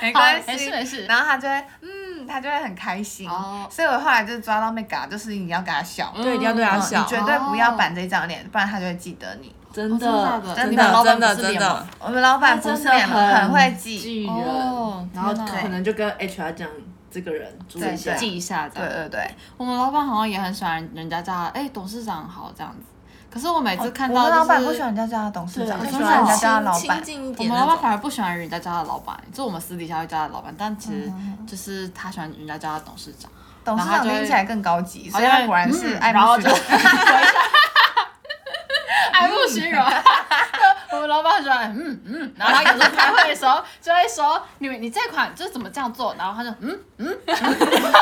S1: 没关系，
S2: 没事没事。
S1: 然后他就会，嗯，他就会很开心。
S2: 哦
S1: 所以我后来就抓到那嘎，就是你要给他笑，
S6: 对，一定要对他
S1: 嗯
S6: 笑
S1: 你，绝对不要板着一张脸，不然他就会记得你。
S3: 真
S2: 哦真的假的
S3: 的，
S6: 真
S2: 你们老
S6: 的，
S2: 板
S6: 真
S2: 不
S6: 的，
S2: 是
S6: 真
S2: 脸
S6: 的
S2: 吗，，
S1: 我们老板不
S3: 真
S1: 是
S3: 的
S1: 脸很会记，
S3: 记
S2: 哦
S3: 人，然后
S2: 天哪
S3: 可能就跟 HR 讲这个人注意一下
S1: 对，
S2: 记一下这
S1: 对
S2: 样。
S1: 对对。
S2: 我们老板好像也很喜欢人家叫他，哎，董事长好这样子。可是我每次看
S1: 哦我们老
S2: 到就是
S1: 板不喜欢人家叫他董事长，他
S2: 我
S6: 对
S1: 喜
S2: 说
S1: 欢人家叫他老
S6: 亲
S1: 板
S6: 亲。近一
S2: 我
S6: 点
S2: 们
S6: 那
S2: 老
S6: 种，
S2: 板反而不喜欢人家叫他老板，就我们私底下会叫他老板，但其实
S1: 嗯
S2: 就是他喜欢人家叫他董事长。
S1: 董事
S2: 然
S1: 长
S2: 后他就会
S1: 听起来更高级，所以
S2: 好像
S1: 他果然是
S2: 嗯
S1: 爱慕
S2: 然后
S1: 虚
S2: 就
S1: 荣。
S2: 爱慕虚荣。 我们老板很喜欢，嗯嗯，然后他有时候开会的时候就会说，你们你这款就是怎么这样做，然后他就嗯嗯， 然后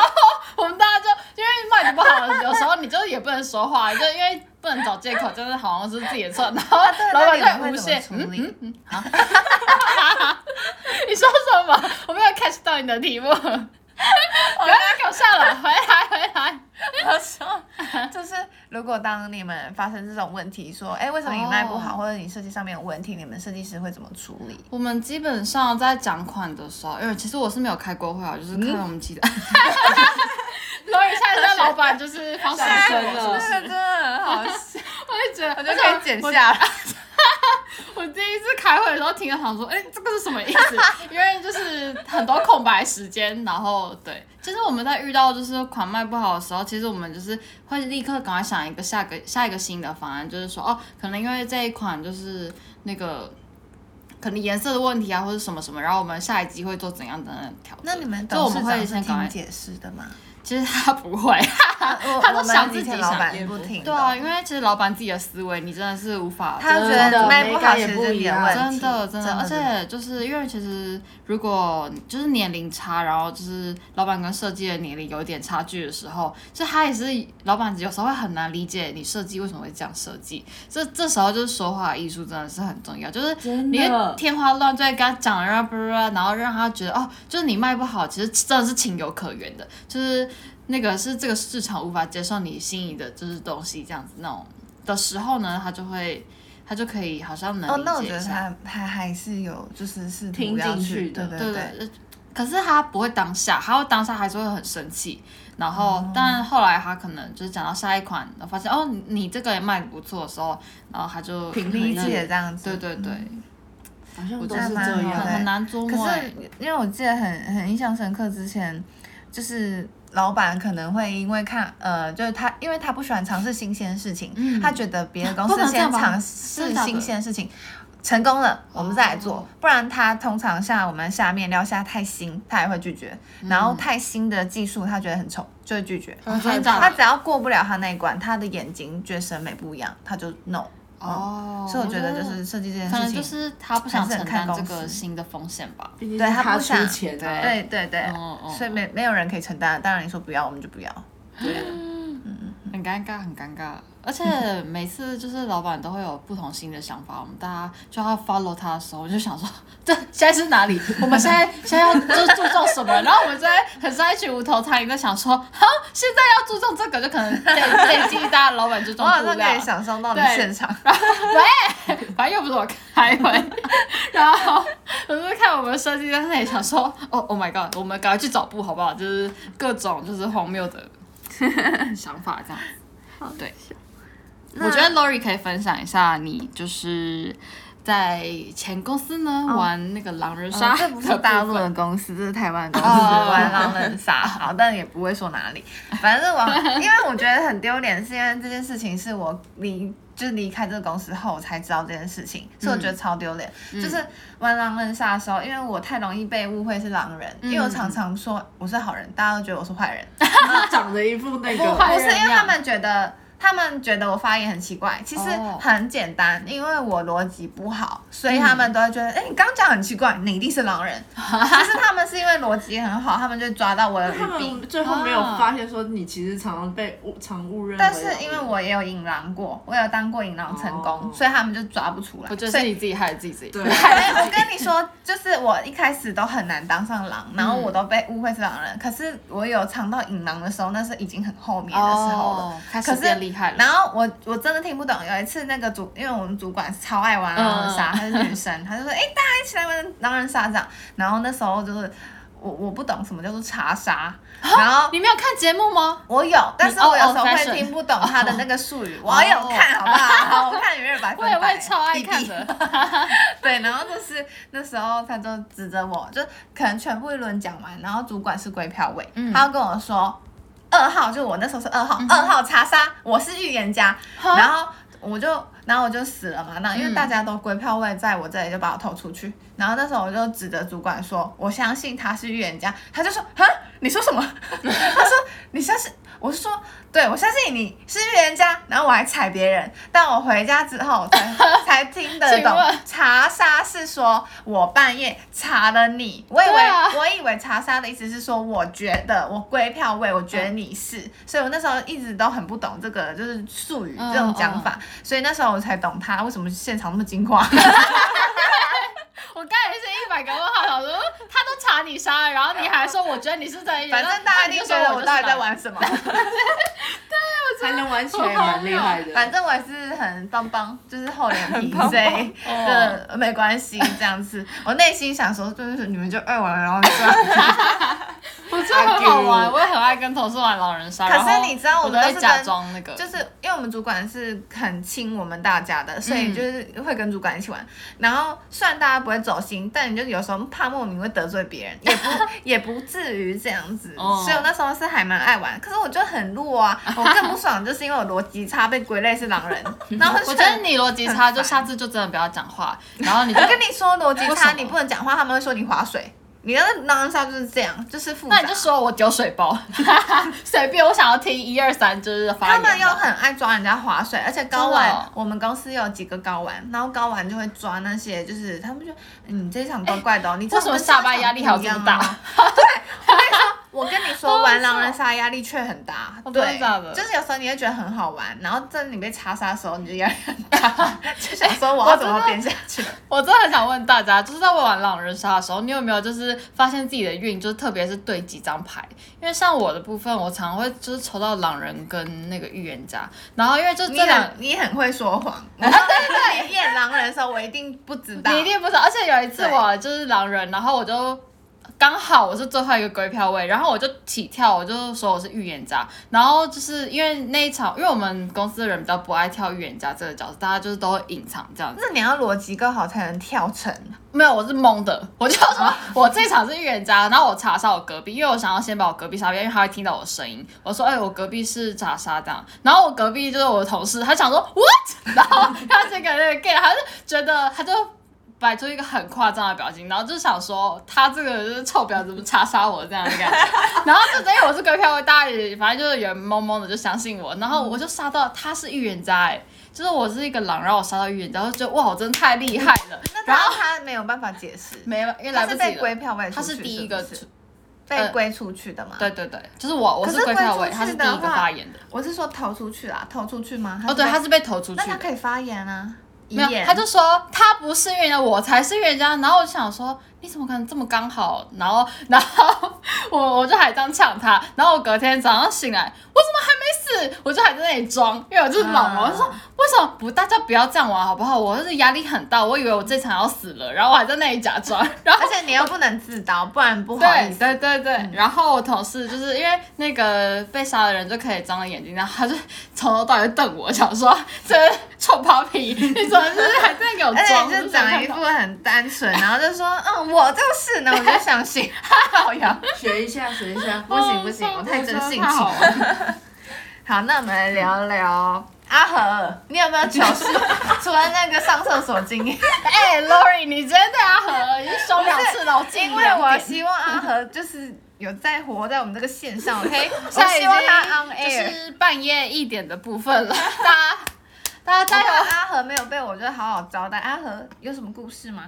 S2: 我们大家就因为卖的不好的，有时候你就也不能说话，就因为不能找借口，就是好像是自己的错，然后
S1: 啊对
S2: 老板
S1: 那你
S2: 就
S1: 们
S2: 会
S1: 会
S2: 无
S1: 怎么
S2: 限
S1: 处
S2: 嗯
S1: 理
S2: 嗯嗯，好。你说什么？我没有 catch 到你的题目， 不要再搞笑了，回来回来。
S1: 我说，就是如果当你们发生这种问题，说，哎，为什么你卖不好，
S2: 哦
S1: 或者你设计上面有问题，你们设计师会怎么处理？
S2: 我们基本上在讲款的时候，因为其实我是没有开过会啊，就是
S3: 嗯
S2: 看我们其 他。所以下一在老板就是方先生
S3: 真
S2: 了，
S3: 的
S1: 哎真的很好笑，
S2: 我就觉得，我
S1: 我就可以剪下来。
S2: 我第一次开会的时候听了，想说，哎、这个是什么 意思？因为就是很多空白时间，然后对，就是我们在遇到就是款卖不好的时候，其实我们就是会立刻赶快想一个下个下一个新的方案，就是说，哦，可能因为这一款就是那个。可能颜色的问题啊，或者什么什么，然后我们下一季会做怎样等等的调整。
S1: 那你们
S2: 就我
S1: 董事
S2: 们
S1: 长
S2: 会
S1: 是
S2: 先赶
S1: 听
S2: 快，
S1: 解释的吗？
S2: 其实他 不会，
S1: 我
S2: 他都
S1: 我们
S2: 想
S1: 以
S2: 自己
S1: 前
S2: 想
S1: 老板
S6: 也
S1: 不
S6: 不
S1: 听
S2: 对
S1: 的。
S2: 啊，因为其实老板自己的思维，你真的是无法
S1: 他觉得卖不好其实是你的问
S2: 真
S1: 题，
S2: 的真的，而
S1: 真的
S2: 且就是因为其实如果就是年龄差，然后就是老板跟设计的年龄有一点差距的时候，就他也是老板有时候会很难理解你设计为什么会这样设计。这这时候就是说话艺术真的是很重要，就是
S3: 真
S2: 你
S3: 的
S2: 天花乱坠跟他讲，然后然后让他觉得哦，就是你卖不好，其实真的是情有可原的，就是那个是这个市场无法接受你心仪的就是东西这样子那种的时候呢，他就会。他就可以好像能
S1: 哦，那我
S2: 理
S1: 觉
S2: 解一
S1: 得
S2: 下，
S1: 他他还是有就是试图
S3: 听
S1: 要
S3: 进
S1: 去
S3: 去的
S1: 对对
S2: 对对。呃可是他不会当下，他会当下还是会很生气，然后、
S1: 哦
S2: 但后来他可能就是讲到下一款，然后发现哦你你这个也卖的不错的时候，然后他就
S3: 评
S1: 理
S2: 很认
S1: 解这嗯样子，
S2: 对对对，
S3: 好像都
S2: 就
S1: 那
S2: 是
S3: 这
S1: 蛮好
S2: 很
S1: 的
S3: 样，
S2: 很难捉
S1: 可
S2: 摸、
S1: 是
S2: 欸。
S1: 因为我记得很很印象深刻，之前就是老板可能会因为看呃，就是他因为他不喜欢尝试新鲜事情，他觉得别的公
S2: 嗯不
S1: 司
S2: 能这
S1: 先
S2: 样吧
S1: 尝试
S2: 真的假的
S1: 新鲜事情。成功了，我们再来做。不然他通常像我们下面撩下太新，他也会拒绝。
S2: 嗯
S1: 然后太新的技术，他觉得很丑，就会拒绝。
S2: 真
S1: 他只要过不了他那一关，他的眼睛觉得审美不一样，他就 no。
S2: 哦，
S1: 所以我觉得就是设计这件
S2: 可
S1: 事
S2: 能
S1: 情，
S2: 就是他不想
S1: 还是
S2: 承
S1: 很
S2: 担
S1: 看
S2: 这
S1: 公司
S2: 个新的风险吧。
S3: 毕竟
S1: 对
S3: 是
S1: 他
S3: 他
S1: 不想
S3: 出钱啊的，
S1: 对对对，
S2: 嗯嗯
S1: 所以没没有人可以承担。当然你说不要，我们就不要。
S2: 很尴尬，很尴尬。而 且每次就是老板都会有不同新的想法，我们大家就要 follow 他的时候，我就想说，这现在是哪里？我们现在现在要就注重什么？然后我们在很像一群无头苍蝇在想说，好，现在要注重这个，就可 能这这一季大家老板注重
S1: 我好
S2: 布
S1: 像
S2: 料
S1: 哦可以，想象到你
S2: 对
S1: 现 场，
S2: 反正又不是我开会。 然后我就看我们设计在那里想说，哦，Oh my god，我们赶快去找布好不好？就是各种就是荒谬的想法这样。对，我觉得 Lori 可以分享一下你就是在前公司呢、玩那个狼人杀、
S1: 哦这不是大陆的公司，这是台湾的公司
S2: 哦
S1: 玩狼人杀， 好，但也不会说哪里。反正我， 因为我觉得很丢脸，是因为这件事情是我离就是离开这个公司后我才知道这件事情，所以我觉得超丢脸。就是玩狼人杀的时候，因为我太容易被误会是狼人，因为我常常说我是好人，大家都觉得我是坏人。
S3: 长得一副那个
S1: 不是因为他们觉得。他们觉得我发言很奇怪，其实
S2: 哦
S1: 很简单，因为我逻辑不好，所以他们都会觉得，哎、你刚讲很奇怪，你一定是狼人。 其实他们是因为逻辑很好，他们就抓到我的
S3: 他
S1: 语病。
S3: 们最后没有发现说你其实常常被误常误认为
S1: 但
S3: 啊狼
S1: 是
S3: 人，
S1: 因为我也有引狼过，我有当过引狼成功，
S3: 哦
S1: 所以他们就抓不出来。
S2: 我觉得
S1: 所
S2: 是
S1: 以哎
S2: 你自己害自己自己。
S3: 对，
S1: 我跟你说，就是我一开始都很难当上狼，然后
S2: 嗯
S1: 我都被误会是狼人。可是我有尝到引狼的时候，那是已经很后面的时候了。
S2: 哦，开
S1: 可
S2: 始
S1: 是
S2: 变厉害了。
S1: 然后我我真的听不懂，有一次那个主，因为我们主管超爱玩狼
S2: 嗯
S1: 人杀，她、是女生， 她就说：“哎、大家一起来玩狼人杀这样。”然后那时候就是我我不懂什么叫做查杀，然后
S2: 你没有看节目吗？
S1: 我有，但是
S2: 啊哦
S1: 我有时候
S2: old-fashioned
S1: 会听不懂他的那个术 语，我有看好不好？我看娱乐百分
S2: 我
S1: 百，
S2: 也会超爱看
S1: 弟弟
S2: 的。
S1: 对，然后就是那时候他就指着我，就可能全部一轮讲完，然后主管是归票位，
S2: 嗯
S1: 他就跟我说，二号就我那时候是二号，二号查杀，我是预言家，然后。我就，然后我就死了嘛。那
S2: 嗯
S1: 因为大家都归票位，在我这里就把我投出去。然后那时候我就指着主管说：“我相信他是预言家。”他就说：“啊，你说什么？” 他说：“你相信？”我是说，对我相信你是预言家。然后我还踩别人，但我回家之后 才才听得
S2: 请
S1: 懂
S2: 问
S1: 查杀是说我半夜查了你，我以为、
S2: 对啊
S1: 我以为查杀的意思是说我觉得我归票位，我觉得你是，所以我那时候一直都很不懂这个就是术语
S2: 嗯
S1: 这种讲法，所以那时候我才懂他为什么现场那么惊 慌。
S2: 我刚才是一百个问号，想说嗯他都查你杀了，然后你还说我觉得你是在
S1: 反正大家一定觉得我到底在。玩什么，
S3: 还能玩起来也蛮厉害的。
S1: 反正我也是很棒棒，就是厚 脸皮，所以
S2: 哦
S1: 就没关系这样子。我内心想说，就是你们就爱玩，然后这样。
S2: 我觉得很好玩，我也很爱跟同事玩狼人杀。
S1: 可是
S2: 然后
S1: 你知道我
S2: 我
S1: 们
S2: 都
S1: 都
S2: 会
S1: 是跟
S2: 假装那个，
S1: 就是因为我们主管是很亲我们大家的，所以
S2: 嗯
S1: 就是会跟主管一起玩。然后虽然大家不会走心，但你就有时候怕莫名会得罪别人， 也不也不至于这样子。
S2: 哦
S1: 所以我那时候是还蛮爱玩，可是我就很弱 啊，我更不爽就是因为我逻辑差被归类是狼人，然后
S2: 我
S1: 就
S2: 觉得
S1: 很。
S2: 你逻辑差，就下次就真的不要讲话，然后你 就
S1: 我跟你说，逻辑
S2: 为什
S1: 差
S2: 么
S1: 你不能讲话，他们会说你划水。你那个狼人杀就是这样，就是复杂。
S2: 那你就说我丢水包， 随便我想要听一二三就是发
S1: 他
S2: 言。
S1: 们又很爱抓人家划水，而且睾丸，
S2: 真的哦
S1: 我们公司有几个睾丸，然后睾丸就会抓那些，就是他们就嗯你这一场怪怪的、哦，你这
S2: 为什么下巴压力还有这么大？
S1: 我跟你说，玩狼人杀压力却很大，
S2: 哦真
S1: 对
S2: 的假的，
S1: 就是有时候你会觉得很好玩，然后在你被查杀的时候，你就压力很大， 就想说我要怎么编下去。
S2: 我真的很想问大家，就是在玩狼人杀的时候，你有没有就是发现自己的运，就是特别是对几张牌？因为像我的部分，我常会就是抽到狼人跟那个预言家，然后因为就
S1: 你
S2: 这两
S1: 很你很会说谎，我
S2: 啊
S1: 知道 你演狼人的时候，我一定不知道。
S2: 你一定不知道，而且有一次
S1: 对
S2: 我就是狼人，然后我就刚好我是最后一个归票位，然后我就起跳，我就说我是预言家。然后就是因为那一场，因为我们公司的人比较不爱跳预言家这个角色，大家就是都会隐藏这样子。
S1: 那你要逻辑够好才能跳成。
S2: 没有，我是懵的，我就说 我这场是预言家，然后我查杀我隔壁，因为我想要先把我隔壁杀掉，因为他会听到我的声音。我说，哎、我隔壁是查杀这样，然后我隔壁就是我的同事，他想说 what，然 后他这个那个 gay，他就觉得他就。摆出一个很夸张的表情，然后就想说他这个就是臭婊子，查杀我这样的感觉。然后就因为我是隔票位，大家也反正就是有人懵懵的就相信我，然后我就杀到他是预言家、哎，就是我是一个狼，然后我杀到预言家，就觉得哇，我真的太厉害了。
S1: 那
S2: 然后
S1: 他他没有办法解释，
S2: 没了，因为来
S1: 他
S2: 不
S1: 是
S2: 及
S1: 被
S2: 了
S1: 归。票位出去，
S2: 他是第一个
S1: 是不是
S2: 出，
S1: 被
S2: 呃
S1: 归出去的嘛？
S2: 对，对对，就是我，我
S1: 可
S2: 是
S1: 是
S2: 归票
S1: 归
S2: 位，
S1: 出
S2: 他是
S1: 去
S2: 第
S1: 的
S2: 一个
S1: 话
S2: 发言的。
S1: 我是说投出去啊，投出去吗？
S2: 哦，对，
S1: 被
S2: 他是被投出
S1: 那
S2: 去
S1: 他可
S2: 的。
S1: 以发言啊，遗
S2: 没有，
S1: 言
S2: 他就说他不是预言家，我才是预言家。然后我就想说，你怎么可能这么刚好？然后，然后我我就还这样呛他。然后我隔天早上醒来，我怎么还没死？我就还在那里装，因为我就是老了。我就说
S1: 啊
S2: 为什么不大家不要这样玩好不好？我就是压力很大，我以为我这场要死了，然后我还在那里假装。然后
S1: 而且你又不能自刀，不然不好意
S2: 对
S1: 思。嗯
S2: 对对对，然后我同事就是因为那个被杀的人就可以张着眼睛，然后他就 从头到尾瞪我，想说 这臭 papi，你怎么就是还在给我
S1: 而且
S2: 装？
S1: 哎你就长一副很单纯，然后就说嗯，我就是呢，我就相信，
S2: 好呀，
S3: 学一 下，学一下。
S1: 不行不行，我 太真性情
S2: 太好
S1: 了。好，那我们来聊聊阿和，你有没有糗事？ 除了那个上厕所经验，
S2: 哎，Lori，你真的要和已经收两次了，我敬
S1: 因
S2: 你
S1: 为
S2: 两
S1: 我
S2: 点
S1: 希望阿和就是有在活在我们这个线上，OK？我
S2: 现在已
S1: 希望他 on
S2: 经
S1: air。
S2: 就是半夜一点的部分了，大家大
S1: 但
S2: 家加油
S1: 是！阿和没有被我，就好好招待。阿和有什么故事吗？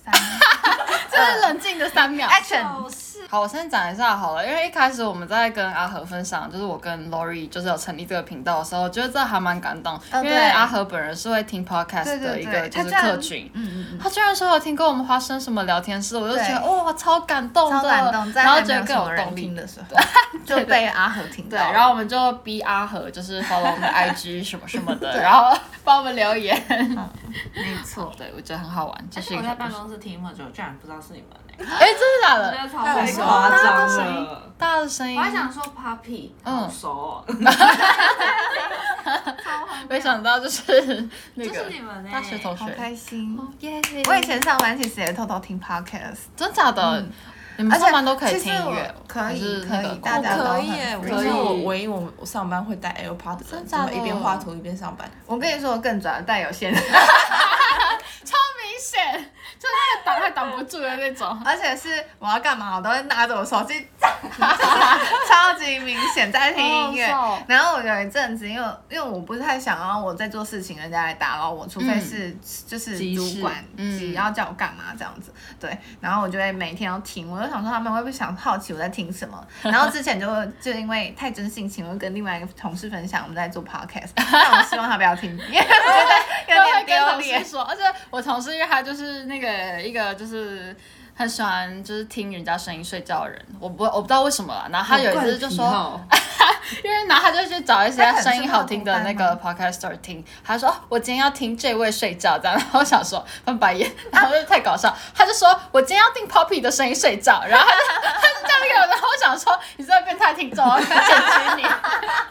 S1: 三 呃
S2: 就是冷静的三秒。
S1: action，
S5: 是
S2: 好，我先讲一下好了，因为一开始我们在跟阿和分享，就是我跟 Lori 就是有成立这个频道的时候，我觉得这还蛮感动，
S1: 嗯
S2: 因
S1: 对
S2: 为阿和本人是会听
S1: 对
S2: podcast
S1: 对
S2: 的
S1: 对
S2: 一个就
S1: 他
S2: 是
S1: 居然
S2: 客群，
S1: 嗯嗯
S2: 他居然说有听过我们花生什么聊天室，我就觉得
S1: 对
S2: 哇超感动的，
S1: 超感动，在
S2: 然后
S1: 还
S2: 觉
S1: 没有什
S2: 得更
S1: 么
S2: 有
S1: 人
S2: 动力
S1: 听。的时候， 就被阿和听到
S2: 对，
S1: 了。
S2: 然后我们就逼阿和就是 follow 我们的 IG 什么什么的，然后帮我们留言。
S1: 嗯 没错，
S2: 对，我觉得很好玩，这是一
S5: 哎我
S2: 个
S5: 在
S2: 好
S5: 办
S2: 故事。
S5: 公室听那么久，居然不知道是你们欸
S2: 哎，真的假
S5: 我
S2: 的
S5: 觉？得超
S3: 太
S5: 好
S3: 夸
S5: 笑。
S3: 张了，
S2: 大家的声音
S5: 我，还想说 Papi，好熟 哦，超荒
S2: 没
S5: 谬
S2: 想到就是那
S5: 就
S2: 个
S5: 是你们欸
S2: 大学同
S1: 好
S2: 学。
S1: 开心。
S2: 耶！
S1: 我以前上班其实也偷偷听 podcast，
S2: 真假的，你
S1: 嗯
S2: 们
S1: 而且
S2: 上班都可以
S1: 其实
S2: 听音乐哦
S1: 我，可
S2: 还
S1: 以
S2: 是
S1: 可
S2: 那个
S1: 以，大家都
S6: 可
S1: 很
S6: 以耶，我
S1: free
S6: 是
S2: 以
S6: 我唯一我们我上班会带 AirPod 的
S2: 真
S6: 人，
S2: 假
S6: 怎
S2: 的
S6: 么一边画图一边上班？
S1: 我跟你说，我更转但有限，
S2: 超明显，就是那个挡还挡不住的那种。
S1: 而且是我要干嘛，我都会拿着我手机， 超级明显在听音乐
S2: 好好笑。
S1: 然后我有一阵子，因为因为我不太想要我在做事情，人家来打扰我，除非是就是
S3: 急事
S1: 主管
S2: 嗯
S1: 急要叫我干嘛这样子。对，然后我就会每天要听，我就想说他们会不会想好奇我在听什么。然后之前就就因为太真性情，我就跟另外一个同事分享我们在做 podcast，但我希望他不要听，因为我 觉得有
S2: 我会
S1: 点
S2: 跟
S1: 丢
S2: 同事
S1: 脸。
S2: 说，而且我同事因为他就是那个一个就是。很喜欢就是听人家声音睡觉的人，我不我不知道为什么啦。然后他有一次就说，因为然后他就去找一些
S1: 他很
S2: 声音好听的那
S1: 适合
S2: 个 podcaster 听，他说、哦我今天要听这位睡觉这样，然后我想说 翻 白眼，然后就太搞笑，他就说我今天要听 Poppy 的声音睡觉，然后他就他就这样给我，然后我想说你这个变态听众， 我要检举你，我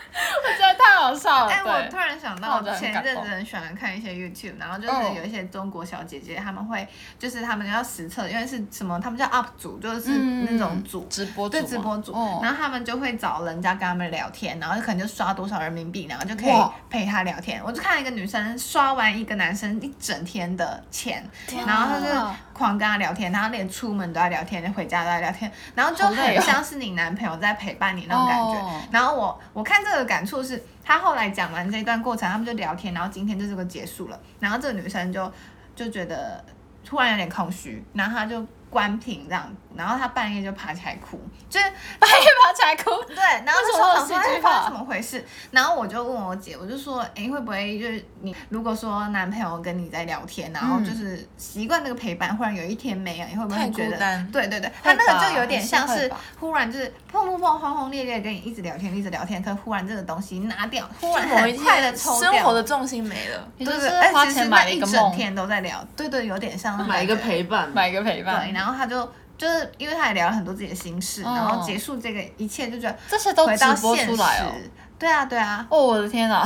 S2: 觉得太好笑了，
S1: 哎、我突
S2: 啊对，
S1: 然想
S2: 那
S1: 到，
S2: 我觉得
S1: 我
S2: 很
S1: 前
S2: 感
S1: 阵
S2: 动
S1: 子很喜欢看一些 YouTube，然后就
S2: 嗯
S1: 是有一些中国小姐姐，她们会就是她们要实测，因为是什么，他们叫 UP 主，就是嗯那种组。
S2: 嗯直播主
S1: 对
S2: 吗
S1: 直播主，
S2: 哦
S1: 然后他们就会找人家跟他们聊天，然后可能就刷多少人民币，然后就可以
S2: 哇
S1: 陪他聊天。我就看了一个女生刷完一个男生一整天的钱，
S2: 啊
S1: 然后他就狂跟他聊天，然后连出门都在聊天，连回家都在聊天，然后就
S2: 好
S1: 很
S2: 累哦
S1: 像是你男朋友在陪伴你那种感觉。
S2: 哦
S1: 然后我我看这个感触是，他后来讲完这一段过程，他们就聊天，然后今天就这个结束了。然后这个女生就就觉得突然有点空虚，然后她就关屏这样，然后她半夜就爬起来哭，就是
S2: 半夜爬起来哭，
S1: 对，然后就
S2: 为什么
S1: 说
S2: 会
S1: 想
S2: 有
S1: 说
S2: 戏剧
S1: 哎发
S2: 化
S1: 生怎么回事，然后我就问我姐，我就说，哎，会不会就是你如果说男朋友跟你在聊天，然
S2: 嗯
S1: 后就是习惯那个陪伴，忽然有一天没有，你会不会
S6: 太
S1: 觉
S6: 孤
S1: 得
S6: 单
S1: 对对对，他
S2: 会
S1: 那个
S2: 吧
S1: 就有点
S2: 还是
S1: 像
S2: 会
S1: 是
S2: 吧
S1: 忽然就是砰砰砰轰轰烈烈跟你一直聊天一直聊天，可忽然这个东西拿掉，忽然
S6: 某一
S1: 很快
S6: 天
S1: 的抽掉，
S6: 生活的重心没了，
S2: 你就
S1: 对
S2: 是
S1: 对，哎
S2: 花
S1: 其实
S2: 钱
S1: 那
S2: 买了一
S1: 一
S2: 个
S1: 整
S2: 梦，
S1: 天都在聊，对对，有点像那种
S3: 买一个
S1: 感觉
S3: 陪伴，
S2: 买一个陪伴，
S1: 对，然后他就就是因为他也聊了很多自己的心事，
S2: 哦
S1: 然后结束这个一切，就觉得
S2: 这些都
S1: 回
S2: 直
S1: 到
S2: 播
S1: 现
S2: 出
S1: 实
S2: 来哦。。
S1: 对啊，对啊，
S2: 哦，我的天哪！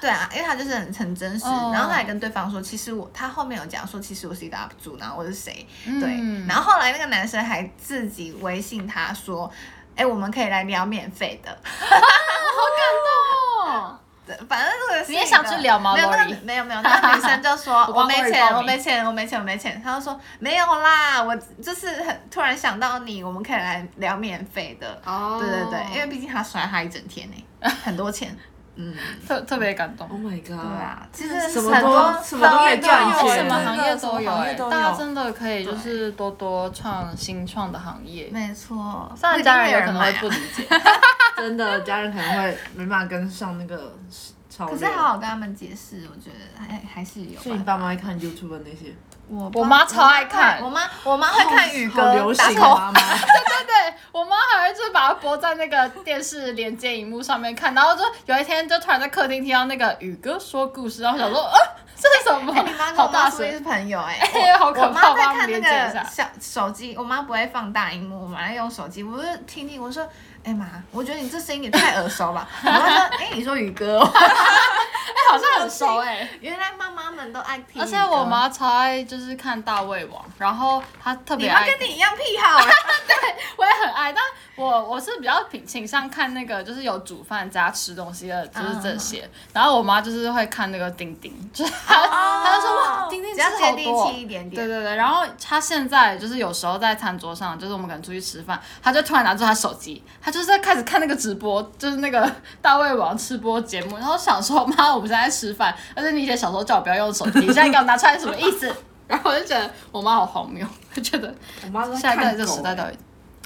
S1: 对啊，因为他就是很很真实，
S2: 哦
S1: 然后他也跟对方说，其实我他后面有讲说，其实我是一个 UP 主，然后我是谁，对，
S2: 嗯
S1: 然后后来那个男生还自己微信他说，哎，我们可以来聊免费的，
S2: 哦，
S1: 对反正这个是
S2: 你也
S1: 一个
S2: 想去聊吗
S1: 没有，那
S2: Lori？
S1: 个没有没有，那个女生就 说我
S2: 帮
S1: 没
S2: Lori
S1: 钱，
S2: 报
S1: 我
S2: 名
S1: 没钱，我没钱，我没钱，他就说没有啦，我就是很突然想到你，我们可以来聊免费的，
S2: 哦
S1: 对对对，因为毕竟他甩他一整天呢，很多钱，嗯，
S2: 特特别感动。
S3: Oh my god！对
S1: 对啊，其实
S3: 什么
S1: 很
S3: 都
S1: 多
S3: 什么都
S1: 方
S3: 可以
S1: 面
S3: 赚
S1: 有
S3: 钱
S1: 哎
S2: 啊
S3: 对
S2: 什么 行业都
S6: 真的
S2: 有、
S6: 什么行
S2: 哎，
S6: 业都有
S2: 大家真的可以就是多多创新创的行业。
S1: 没错，
S2: 虽然家人啊有可能会
S1: 不
S2: 不
S1: 一定
S2: 理解，
S3: 真的，家人可能会没办法跟上那个潮
S1: 买啊。
S3: 流。
S1: 可是还好我跟他们解释，我觉得还还是有
S3: 所以你
S1: 吧。
S3: 爸妈爱看 YouTube 的那些，
S1: 我
S2: 我妈超爱看
S1: 我 妈我妈会看宇
S3: 好流
S1: 哥打
S3: 行
S1: 头，
S3: 啊妈妈。
S2: 对对，我妈还会就是把它播在那个电视连接荧幕上面看，然后就有一天就突然在客厅听到那个宇哥说故事，然后想说，啊，这是什么？
S1: 哎，你妈跟
S2: 好
S1: 我妈
S2: 大
S1: 说是
S2: 声！
S1: 朋 友哎、
S2: 哎
S1: 我
S2: 好可怕
S1: 我妈在
S2: 帮我
S1: 看
S2: 们
S1: 那
S2: 连接一
S1: 个
S2: 下
S1: 小手机，我妈不会放大荧幕，我妈在用手机，我就听听，我说，哎、妈，我觉得你这声音也太耳熟了。 我妈说，哎、你说宇哥、哦，
S2: 哎，好像很熟哎、
S1: 原来妈妈们都爱听宇哥。
S2: 而且我妈超爱就是看大胃王，然后她特
S1: 你
S2: 别
S1: 妈
S2: 爱，
S1: 跟你一样癖好、哎
S2: 我也很爱，但我我是比较倾倾向看那个就是有煮饭加吃东西的，就是这些。
S1: 嗯
S2: 然后我妈就是会看那个丁丁， 就是她、她就说哇，丁丁
S1: 比
S2: 吃
S1: 较接
S2: 好
S1: 地
S2: 多哦。
S1: 气一点
S2: 对
S1: 点。
S2: 对对，然后她现在就是有时候在餐桌上，就是我们可能出去吃饭，她就突然拿出她手机，她就是在开始看那个直播，就是那个大胃王吃播节目，然后想说妈，我们现在在吃饭，而且你以前小时候叫我不要用手机，你现在给我拿出来什么意思？然后我就觉得我妈好荒谬，我觉得
S3: 我妈都
S2: 现在
S3: 在
S2: 到底
S3: 看
S2: 这个
S3: 狗
S2: 时代到
S3: 欸。
S2: 底，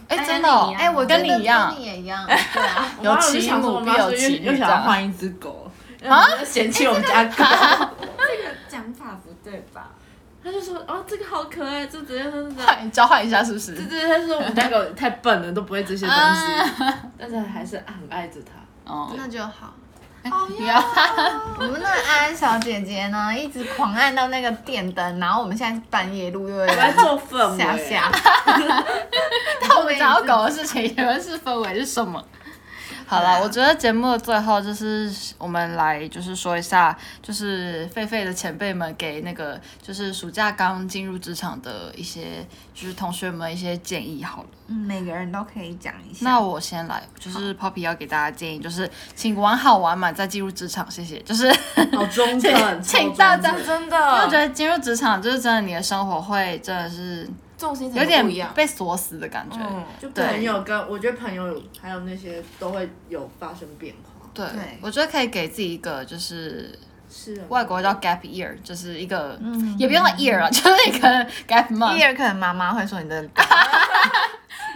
S2: 哎
S5: 哎
S2: 真的哦，
S5: 跟你一样
S1: 哎、我觉得
S2: 跟你一样
S1: 跟你也一样，对啊。
S3: 我妈
S2: 有
S3: 我就
S2: 其
S3: 想说
S2: 母
S3: 我
S2: 必
S3: 妈
S2: 有
S3: 说又
S2: 其女
S3: 又
S2: 这
S3: 想
S2: 样
S3: 要换一只狗，然后我就嫌弃我们家狗。
S5: 这个讲法不对吧？他就说
S3: 啊
S5: 哦，这个好可爱，这怎样怎样怎样。
S2: 换交换一下是不
S3: 对
S2: 是？
S3: 对，他说我们家狗太笨了，都不会这些东西，但是还是很爱着它。
S2: 哦，
S1: 那就好。
S2: 你要
S1: 我们那个安安小姐姐呢，一直狂按到那个电灯，然后我们现在是半夜录，又
S3: 我在做氛
S1: 下
S3: 围，
S1: 下。
S2: 我们讲到狗的事情，你们是氛围是什么？好了，我觉得节目的最后就是我们来就是说一下，就是狒狒的前辈们给那个就是暑假刚进入职场的一些就是同学们一些建议好了。
S1: 嗯，每个人都可以讲一下。
S2: 那我先来，就是 Poppy 要给大家建议，就是请玩好玩满再进入职场，谢谢。就是
S3: 好中肯，
S2: 请
S3: 超
S2: 大
S3: 中
S2: 家
S3: 肯
S6: 真
S2: 因为我觉
S6: 的
S2: 得进入职场就是真的你的生活会真的是
S6: 重心
S2: 有
S6: 整个
S2: 点
S6: 不一样。
S2: 被锁死的感觉。
S6: 嗯，
S3: 就
S2: 对
S3: 朋友跟我觉得朋友还有那些都会有发生变化。
S2: 对
S1: 对，
S2: 我觉得可以给自己一个就是
S3: 是啊
S2: 外国叫 gap year，就是一个，
S1: 嗯
S2: 也不用到 year 啊， 就是一个 gap month。
S1: 二可能妈妈会说你的，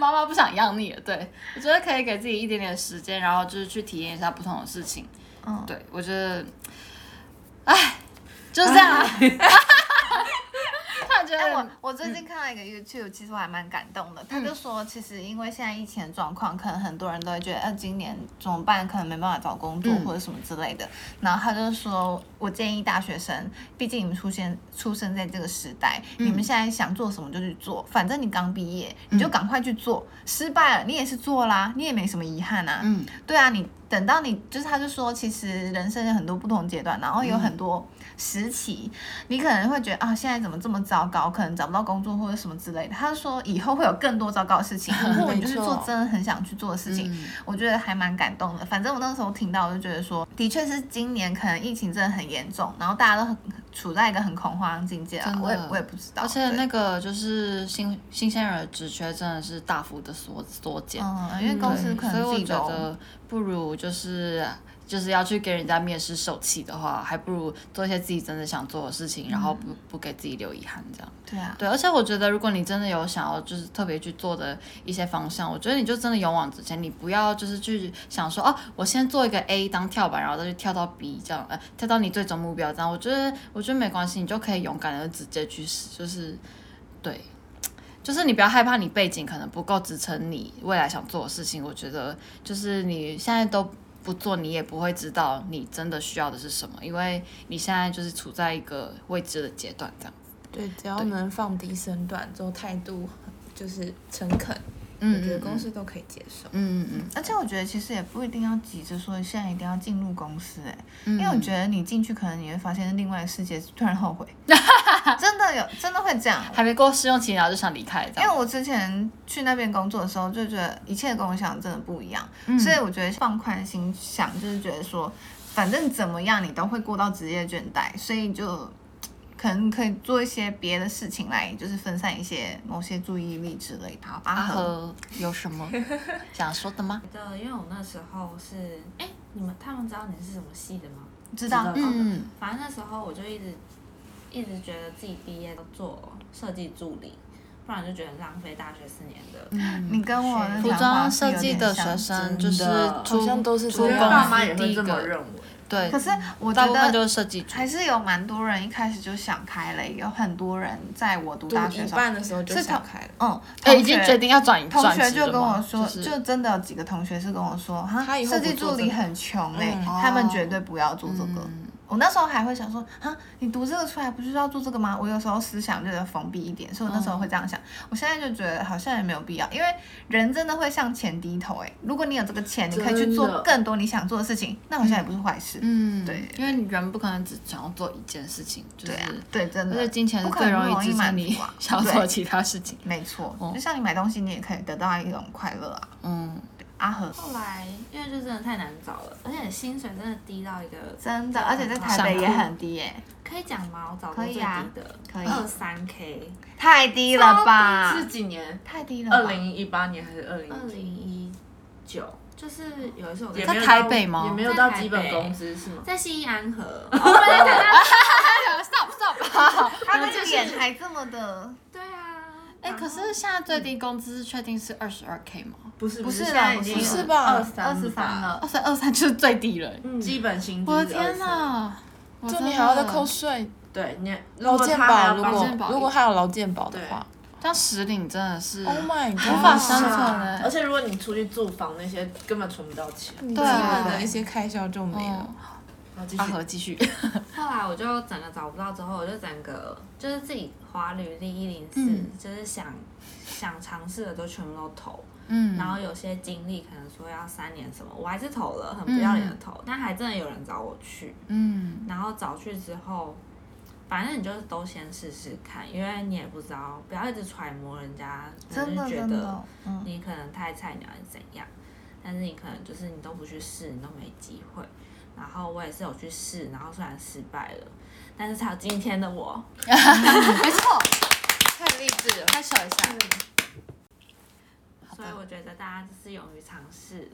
S2: 妈妈不想养你了，对我觉得可以给自己一点点时间，然后就是去体验一下不同的事情。
S1: 嗯
S2: 对我觉得，唉，就是这样啊。 突然觉
S1: 哎，我
S2: 得，
S1: 我最近看到一个 YouTube，其实我还蛮感动的。他
S2: 嗯
S1: 就说，其实因为现在疫情的状况，可能很多人都会觉得，呃，今年怎么办？可能没办法找工作
S2: 嗯
S1: 或者什么之类的。然后他就说，我建议大学生，毕竟你们出现出生在这个时代，你
S2: 嗯
S1: 们现在想做什么就去做，反正你刚毕业，你就赶快去做。失败了，你也是做啦，你也没什么遗憾啊。
S2: 嗯，
S1: 对啊，你等到你就是，他就说，其实人生有很多不同阶段，然后
S2: 嗯
S1: 有很多时期，你可能会觉得啊，现在怎么这么糟糕，可能找不到工作或者什么之类的。他就说以后会有更多糟糕的事 情，如果你就是做真的很想去做的事情，
S2: 嗯
S1: 我觉得还蛮感动的。反正我那时候听到，我就觉得说，的确是今年可能疫情真的很严重，然后大家都很处在一个很恐慌境界啊
S2: 真。的
S1: 我也我也不知道，
S2: 而且
S1: 对
S2: 那个就是新新鲜人的职缺真的是大幅的缩缩减。
S1: 嗯，因为公司
S2: 对
S1: 可能
S2: 所
S1: 自
S2: 以
S1: 己
S2: 我
S1: 都
S2: 觉得不如就是就是要去给人家面试受气的话，还不如做一些自己真的想做的事情，
S1: 嗯
S2: 然后不不给自己留遗憾这样。
S1: 对啊，
S2: 对，而且我觉得如果你真的有想要就是特别去做的一些方向，我觉得你就真的勇往直前，你不要就是去想说哦，我先做一个 A 当跳板，然后再去跳到 B 这样，呃，跳到你最终目标这样。我觉得我觉得没关系，你就可以勇敢的直接去试，就是对。就是你不要害怕，你背景可能不够支撑你未来想做的事情。我觉得，就是你现在都不做，你也不会知道你真的需要的是什么，因为你现在就是处在一个未知的阶段，这样。
S6: 对，只要能放低身段，之后态度就是诚恳，我觉得公司都可以接受。
S2: 嗯嗯
S1: 而且我觉得其实也不一定要急着说现在一定要进入公司、哎、
S2: 嗯，
S1: 因为我觉得你进去可能你会发现另外一个世界，突然 后悔，真的有真的会这样。
S2: 还没过试用期，然后就想离开，这
S1: 因为
S2: 样。
S1: 我之前去那边工作的时候，就觉得一切跟我想的真的不一样，
S2: 嗯
S1: 所以我觉得放宽心想，就是觉得说，反正怎么样你都会过到职业倦怠，所以就可能可以做一些别的事情来，就是分散一些某些注意力之类的。好，阿
S2: 阿
S1: 和，
S2: 啊和有 什么想说的吗？
S5: 觉得，因为我那时候是，哎、你们他们知道你是什么系的吗？
S1: 知道，
S3: 知道
S2: 嗯
S5: 反正那时候我就一直一直觉得自己毕业都做设计助理，不然就觉得浪费大学四年的。
S2: 嗯，
S1: 你跟我的
S2: 服
S1: 想
S2: 装
S1: 法是
S2: 设
S1: 有
S2: 计
S1: 点
S2: 的
S1: 像
S2: 学生就
S3: 真
S2: 是
S3: 的
S2: 出
S6: 好像都是
S2: 出公
S6: 这
S2: 司
S6: 样
S3: 爸妈也
S2: 第
S3: 会
S2: 一
S3: 这么认
S2: 个，
S3: 为。
S2: 对
S1: 可，是我
S2: 大
S1: 觉
S2: 部分
S1: 得
S2: 就是设计组。
S1: 还是有蛮多人一开始就想开了，有很多人在我读大学
S6: 一
S1: 的时候，
S6: 半的时候就是想
S1: 同
S6: 开了，
S1: 嗯，
S2: 哎，
S1: 同
S2: 已经
S1: 学
S2: 决定要转
S1: 同
S2: 转
S1: 学
S2: 职
S1: 就
S2: 了
S1: 跟我
S2: 吗？
S1: 说，
S2: 是
S1: 就真的有几个同学是跟我说，哈
S6: 他以，后
S1: 设
S6: 不
S1: 计助
S6: 做这
S1: 理
S6: 个
S1: 很穷哎、
S6: 嗯
S1: 他们
S2: 哦
S1: 绝对不要做这个。
S2: 嗯
S1: 我那时候还会想说，哈，你读这个出来不就是要做这个吗？我有时候思想就是封闭一点，所以我那时候会这样想。我现在就觉得好像也没有必要，因为人真的会向钱低头哎、如果你有这个钱，你可以去
S3: 真
S1: 做
S3: 的
S1: 更多你想做的事情，那好像也不是坏事。
S2: 嗯，
S1: 对
S2: 因为你人不可能只想要做一件事情，就是
S1: 对啊，对，真
S2: 而
S1: 的。
S2: 且金钱是
S1: 不可
S2: 最
S1: 能
S2: 容
S1: 容易
S2: 易支撑
S1: 满
S2: 你
S1: 足啊
S2: 想要
S1: 对
S2: 做其他事情。
S1: 没错
S2: 哦，
S1: 就像你买东西，你也可以得到一种快乐啊。
S2: 嗯，
S1: 阿和，
S5: 后来因为就真的太难找了，而且薪水真的低到一个
S1: 真的，而且在台
S2: 嗯想
S1: 北也
S2: 哭
S1: 很低耶，
S5: 可以讲哎吗？我找过
S1: 可
S5: 最
S1: 以
S5: 低
S1: 啊
S5: 的
S1: 可以
S5: 二三 K，
S1: 太低了吧？
S3: 是几年？
S1: 太低了吧。
S3: 二零一八年还是二零？
S5: 二零一九，就是有一次我
S3: 也
S5: 在
S3: 没有
S2: 在
S3: 到
S2: 台北吗
S3: 也没有到基本工资是吗？
S5: 在新义 安和，哦
S1: 啊
S2: stop stop。
S1: 他那个脸还这么的，
S5: 对啊，
S2: 哎，
S5: 然后
S2: 可是现在最低工资确定是二十二 k 吗？
S3: 不是
S1: 不是
S3: 现
S1: 啦
S3: 在已
S1: 不
S3: 经
S1: 是
S6: 是吧
S3: 二三
S1: 二十三，了
S2: 二，三二三就是最低了。
S3: 嗯基本薪资。
S2: 我的天！哪！我
S6: 就
S2: 真
S6: 你
S2: 的
S6: 还要再扣税，
S3: 对你，如
S6: 劳
S3: 果
S6: 健
S3: 他还
S6: 保
S3: 要
S6: 如
S3: 帮
S2: 劳健保
S6: 果如果还有劳健保的
S3: 对
S6: 话
S2: 这样实领真的是
S6: ，Oh my god，
S2: 无法生存
S3: 而
S2: 哎。
S3: 且如果你出去住房那些，根本存不到钱。
S6: 你基
S2: 对啊
S6: 本的一些开销就没了
S2: 嗯。
S3: 然后继
S2: 阿
S3: 续
S2: 和继续，
S5: 后来我就整个找不到，之后我就整个就是自己划履历一零
S2: 嗯
S5: 四，就是想想尝试的都全部都投，
S2: 嗯，
S5: 然后有些经历可能说要三年什么，我还是投了，
S1: 嗯
S5: 很不要脸的投，但还真的有人找我去，
S2: 嗯
S5: 然后找去之后。反正你就是都先试试看，因为你也不知道，不要一直揣摩人家，可
S1: 真
S5: 能
S1: 的
S5: 就觉
S1: 真
S5: 得
S1: 的，嗯，
S5: 你可能太菜鸟还是怎样，但是你可能就是你都不去试，你都没机会。然后我也是有去试，然后虽然失败了，但是才有今天的我。
S2: 没错，太励志了，拍手一下。
S5: 所以我觉得大家就是勇于尝试，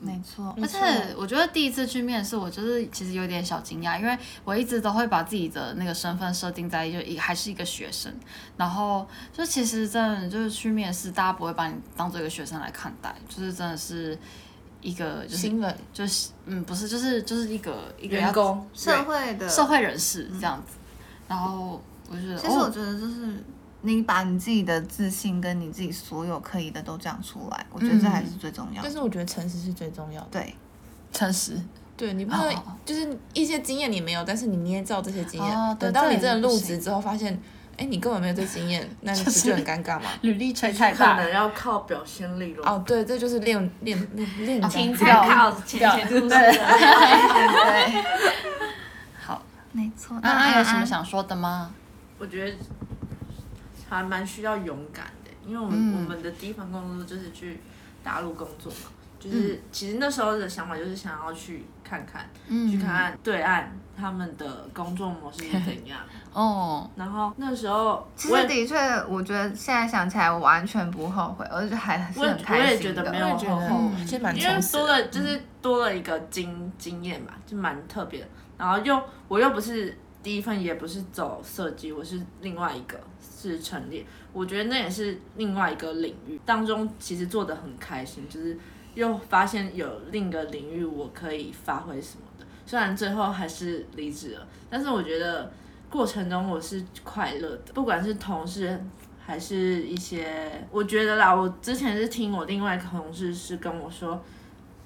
S1: 没错，
S2: 而且我觉得第一次去面试，我就是其实有点小惊讶，因为我一直都会把自己的那个身份设定在就一还是一个学生，然后就其实真的就是去面试，大家不会把你当做一个学生来看待，就是真的是一个就是
S6: 新人
S2: 就是嗯不是就是就是一个一个要
S3: 员工
S1: 社会的
S2: 社，会人士这样子，然后我就觉得
S1: 其实我
S2: 哦
S1: 觉得就是你把你自己的自信跟你自己所有可以的都讲出来，我觉得这
S2: 嗯
S1: 还是最重要
S6: 但
S1: 的。
S6: 是我觉得诚实是最重要的。
S1: 对，
S2: 诚实
S6: 对你不能
S2: 哦
S6: 就是一些经验你没有，但是你捏造这些经
S2: 哦
S6: 验，
S2: 对
S6: 等到你
S2: 这也
S6: 真的
S2: 不
S6: 入
S2: 行
S6: 职之后发现，哎，你根本没有这经验，那你
S2: 就
S6: 不
S2: 是
S6: 就很尴 尬吗？
S2: 履历吹太
S3: 可
S2: 大，
S3: 能要靠表现力咯。
S6: 哦，对，这就是练练练练
S2: 请
S6: 功
S2: 参
S5: 参考前前 故事的。
S1: 对，
S2: 好，
S1: 没错。
S2: 安安啊有什
S1: 嗯
S2: 么想说的吗？
S3: 我觉得还蛮需要勇敢的，因为我们、
S2: 嗯
S3: 我们的第一份工作就是去大陆工作嘛，就是、其实那时候的想法就是想要去看看，
S2: 嗯
S3: 去看看对岸他们的工作模 式是怎样。
S2: 哦。
S3: 然后那时候
S1: 其
S3: 我
S1: 实
S3: 也
S1: 的确，我觉得现在想起来，我完全不后悔，我就还是
S3: 我也
S1: 很开心的。
S3: 我也觉得没有
S6: 我也觉得
S3: 嗯
S6: 其实蛮
S3: 因为
S6: 充实
S3: 多
S6: 的。
S1: 嗯
S3: 了就是多了一个经经验吧，就蛮特别的。然后又我又不是第一份，也不是走设计，我是另外一个是陈列，我觉得那也是另外一个领域当中，其实做的很开心，就是又发现有另一个领域我可以发挥什么的。虽然最后还是离职了，但是我觉得过程中我是快乐的，不管是同事还是一些，我觉得啦，我之前是听我另外一个同事是跟我说，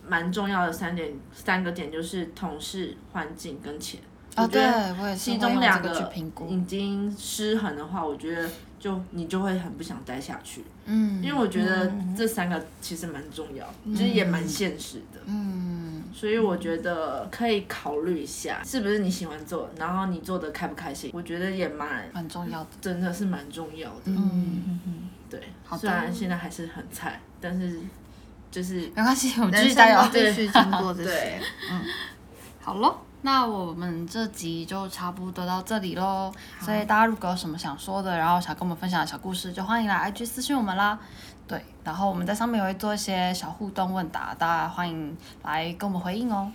S3: 蛮重要的三点三个点就是同事、环境跟钱。
S2: 啊，
S3: 我觉
S2: 对
S3: 得
S2: 我也是
S3: 其
S2: 会
S3: 中
S2: 用
S3: 两
S2: 这
S3: 个
S2: 个去评估。
S3: 已经失衡的话，我觉得就你就会很不想待下去。
S2: 嗯，
S3: 因为我觉得这三个其实蛮重要，就是也蛮现实的。
S2: 嗯
S3: 所以我觉得可以考虑一下，是不是你喜欢做，然后你做的开不开心，我觉得也蛮
S2: 蛮重要的。
S3: 真的是蛮重要的。
S2: 嗯，
S3: 对，
S2: 好的
S3: 虽然现在还是很菜，但是就是
S2: 没关系，我们继
S1: 人
S2: 续
S1: 生
S2: 加油
S1: 都，
S2: 继续经过 这些
S3: 对。
S2: 嗯，好咯，那我们这集就差不多到这里喽。所以大家如果有什么想说的，然后想跟我们分享的小故事，就欢迎来 IG 私信我们啦。对，然后我们在上面也会做一些小互动问答，大家欢迎来跟我们回应哦。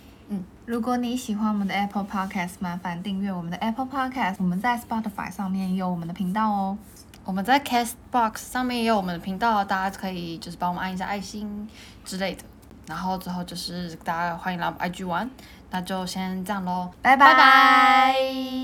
S1: 如果你喜欢我们的 Apple Podcast，麻烦订阅我们的 Apple Podcast。我们在 Spotify 上面也有我们的频道哦。
S2: 我们在 Castbox 上面也有我们的频道，大家可以就是帮我们按一下爱心之类的。然后最后就是大家欢迎来我们 IG 玩，那就先这样喽，
S1: 拜
S2: 拜拜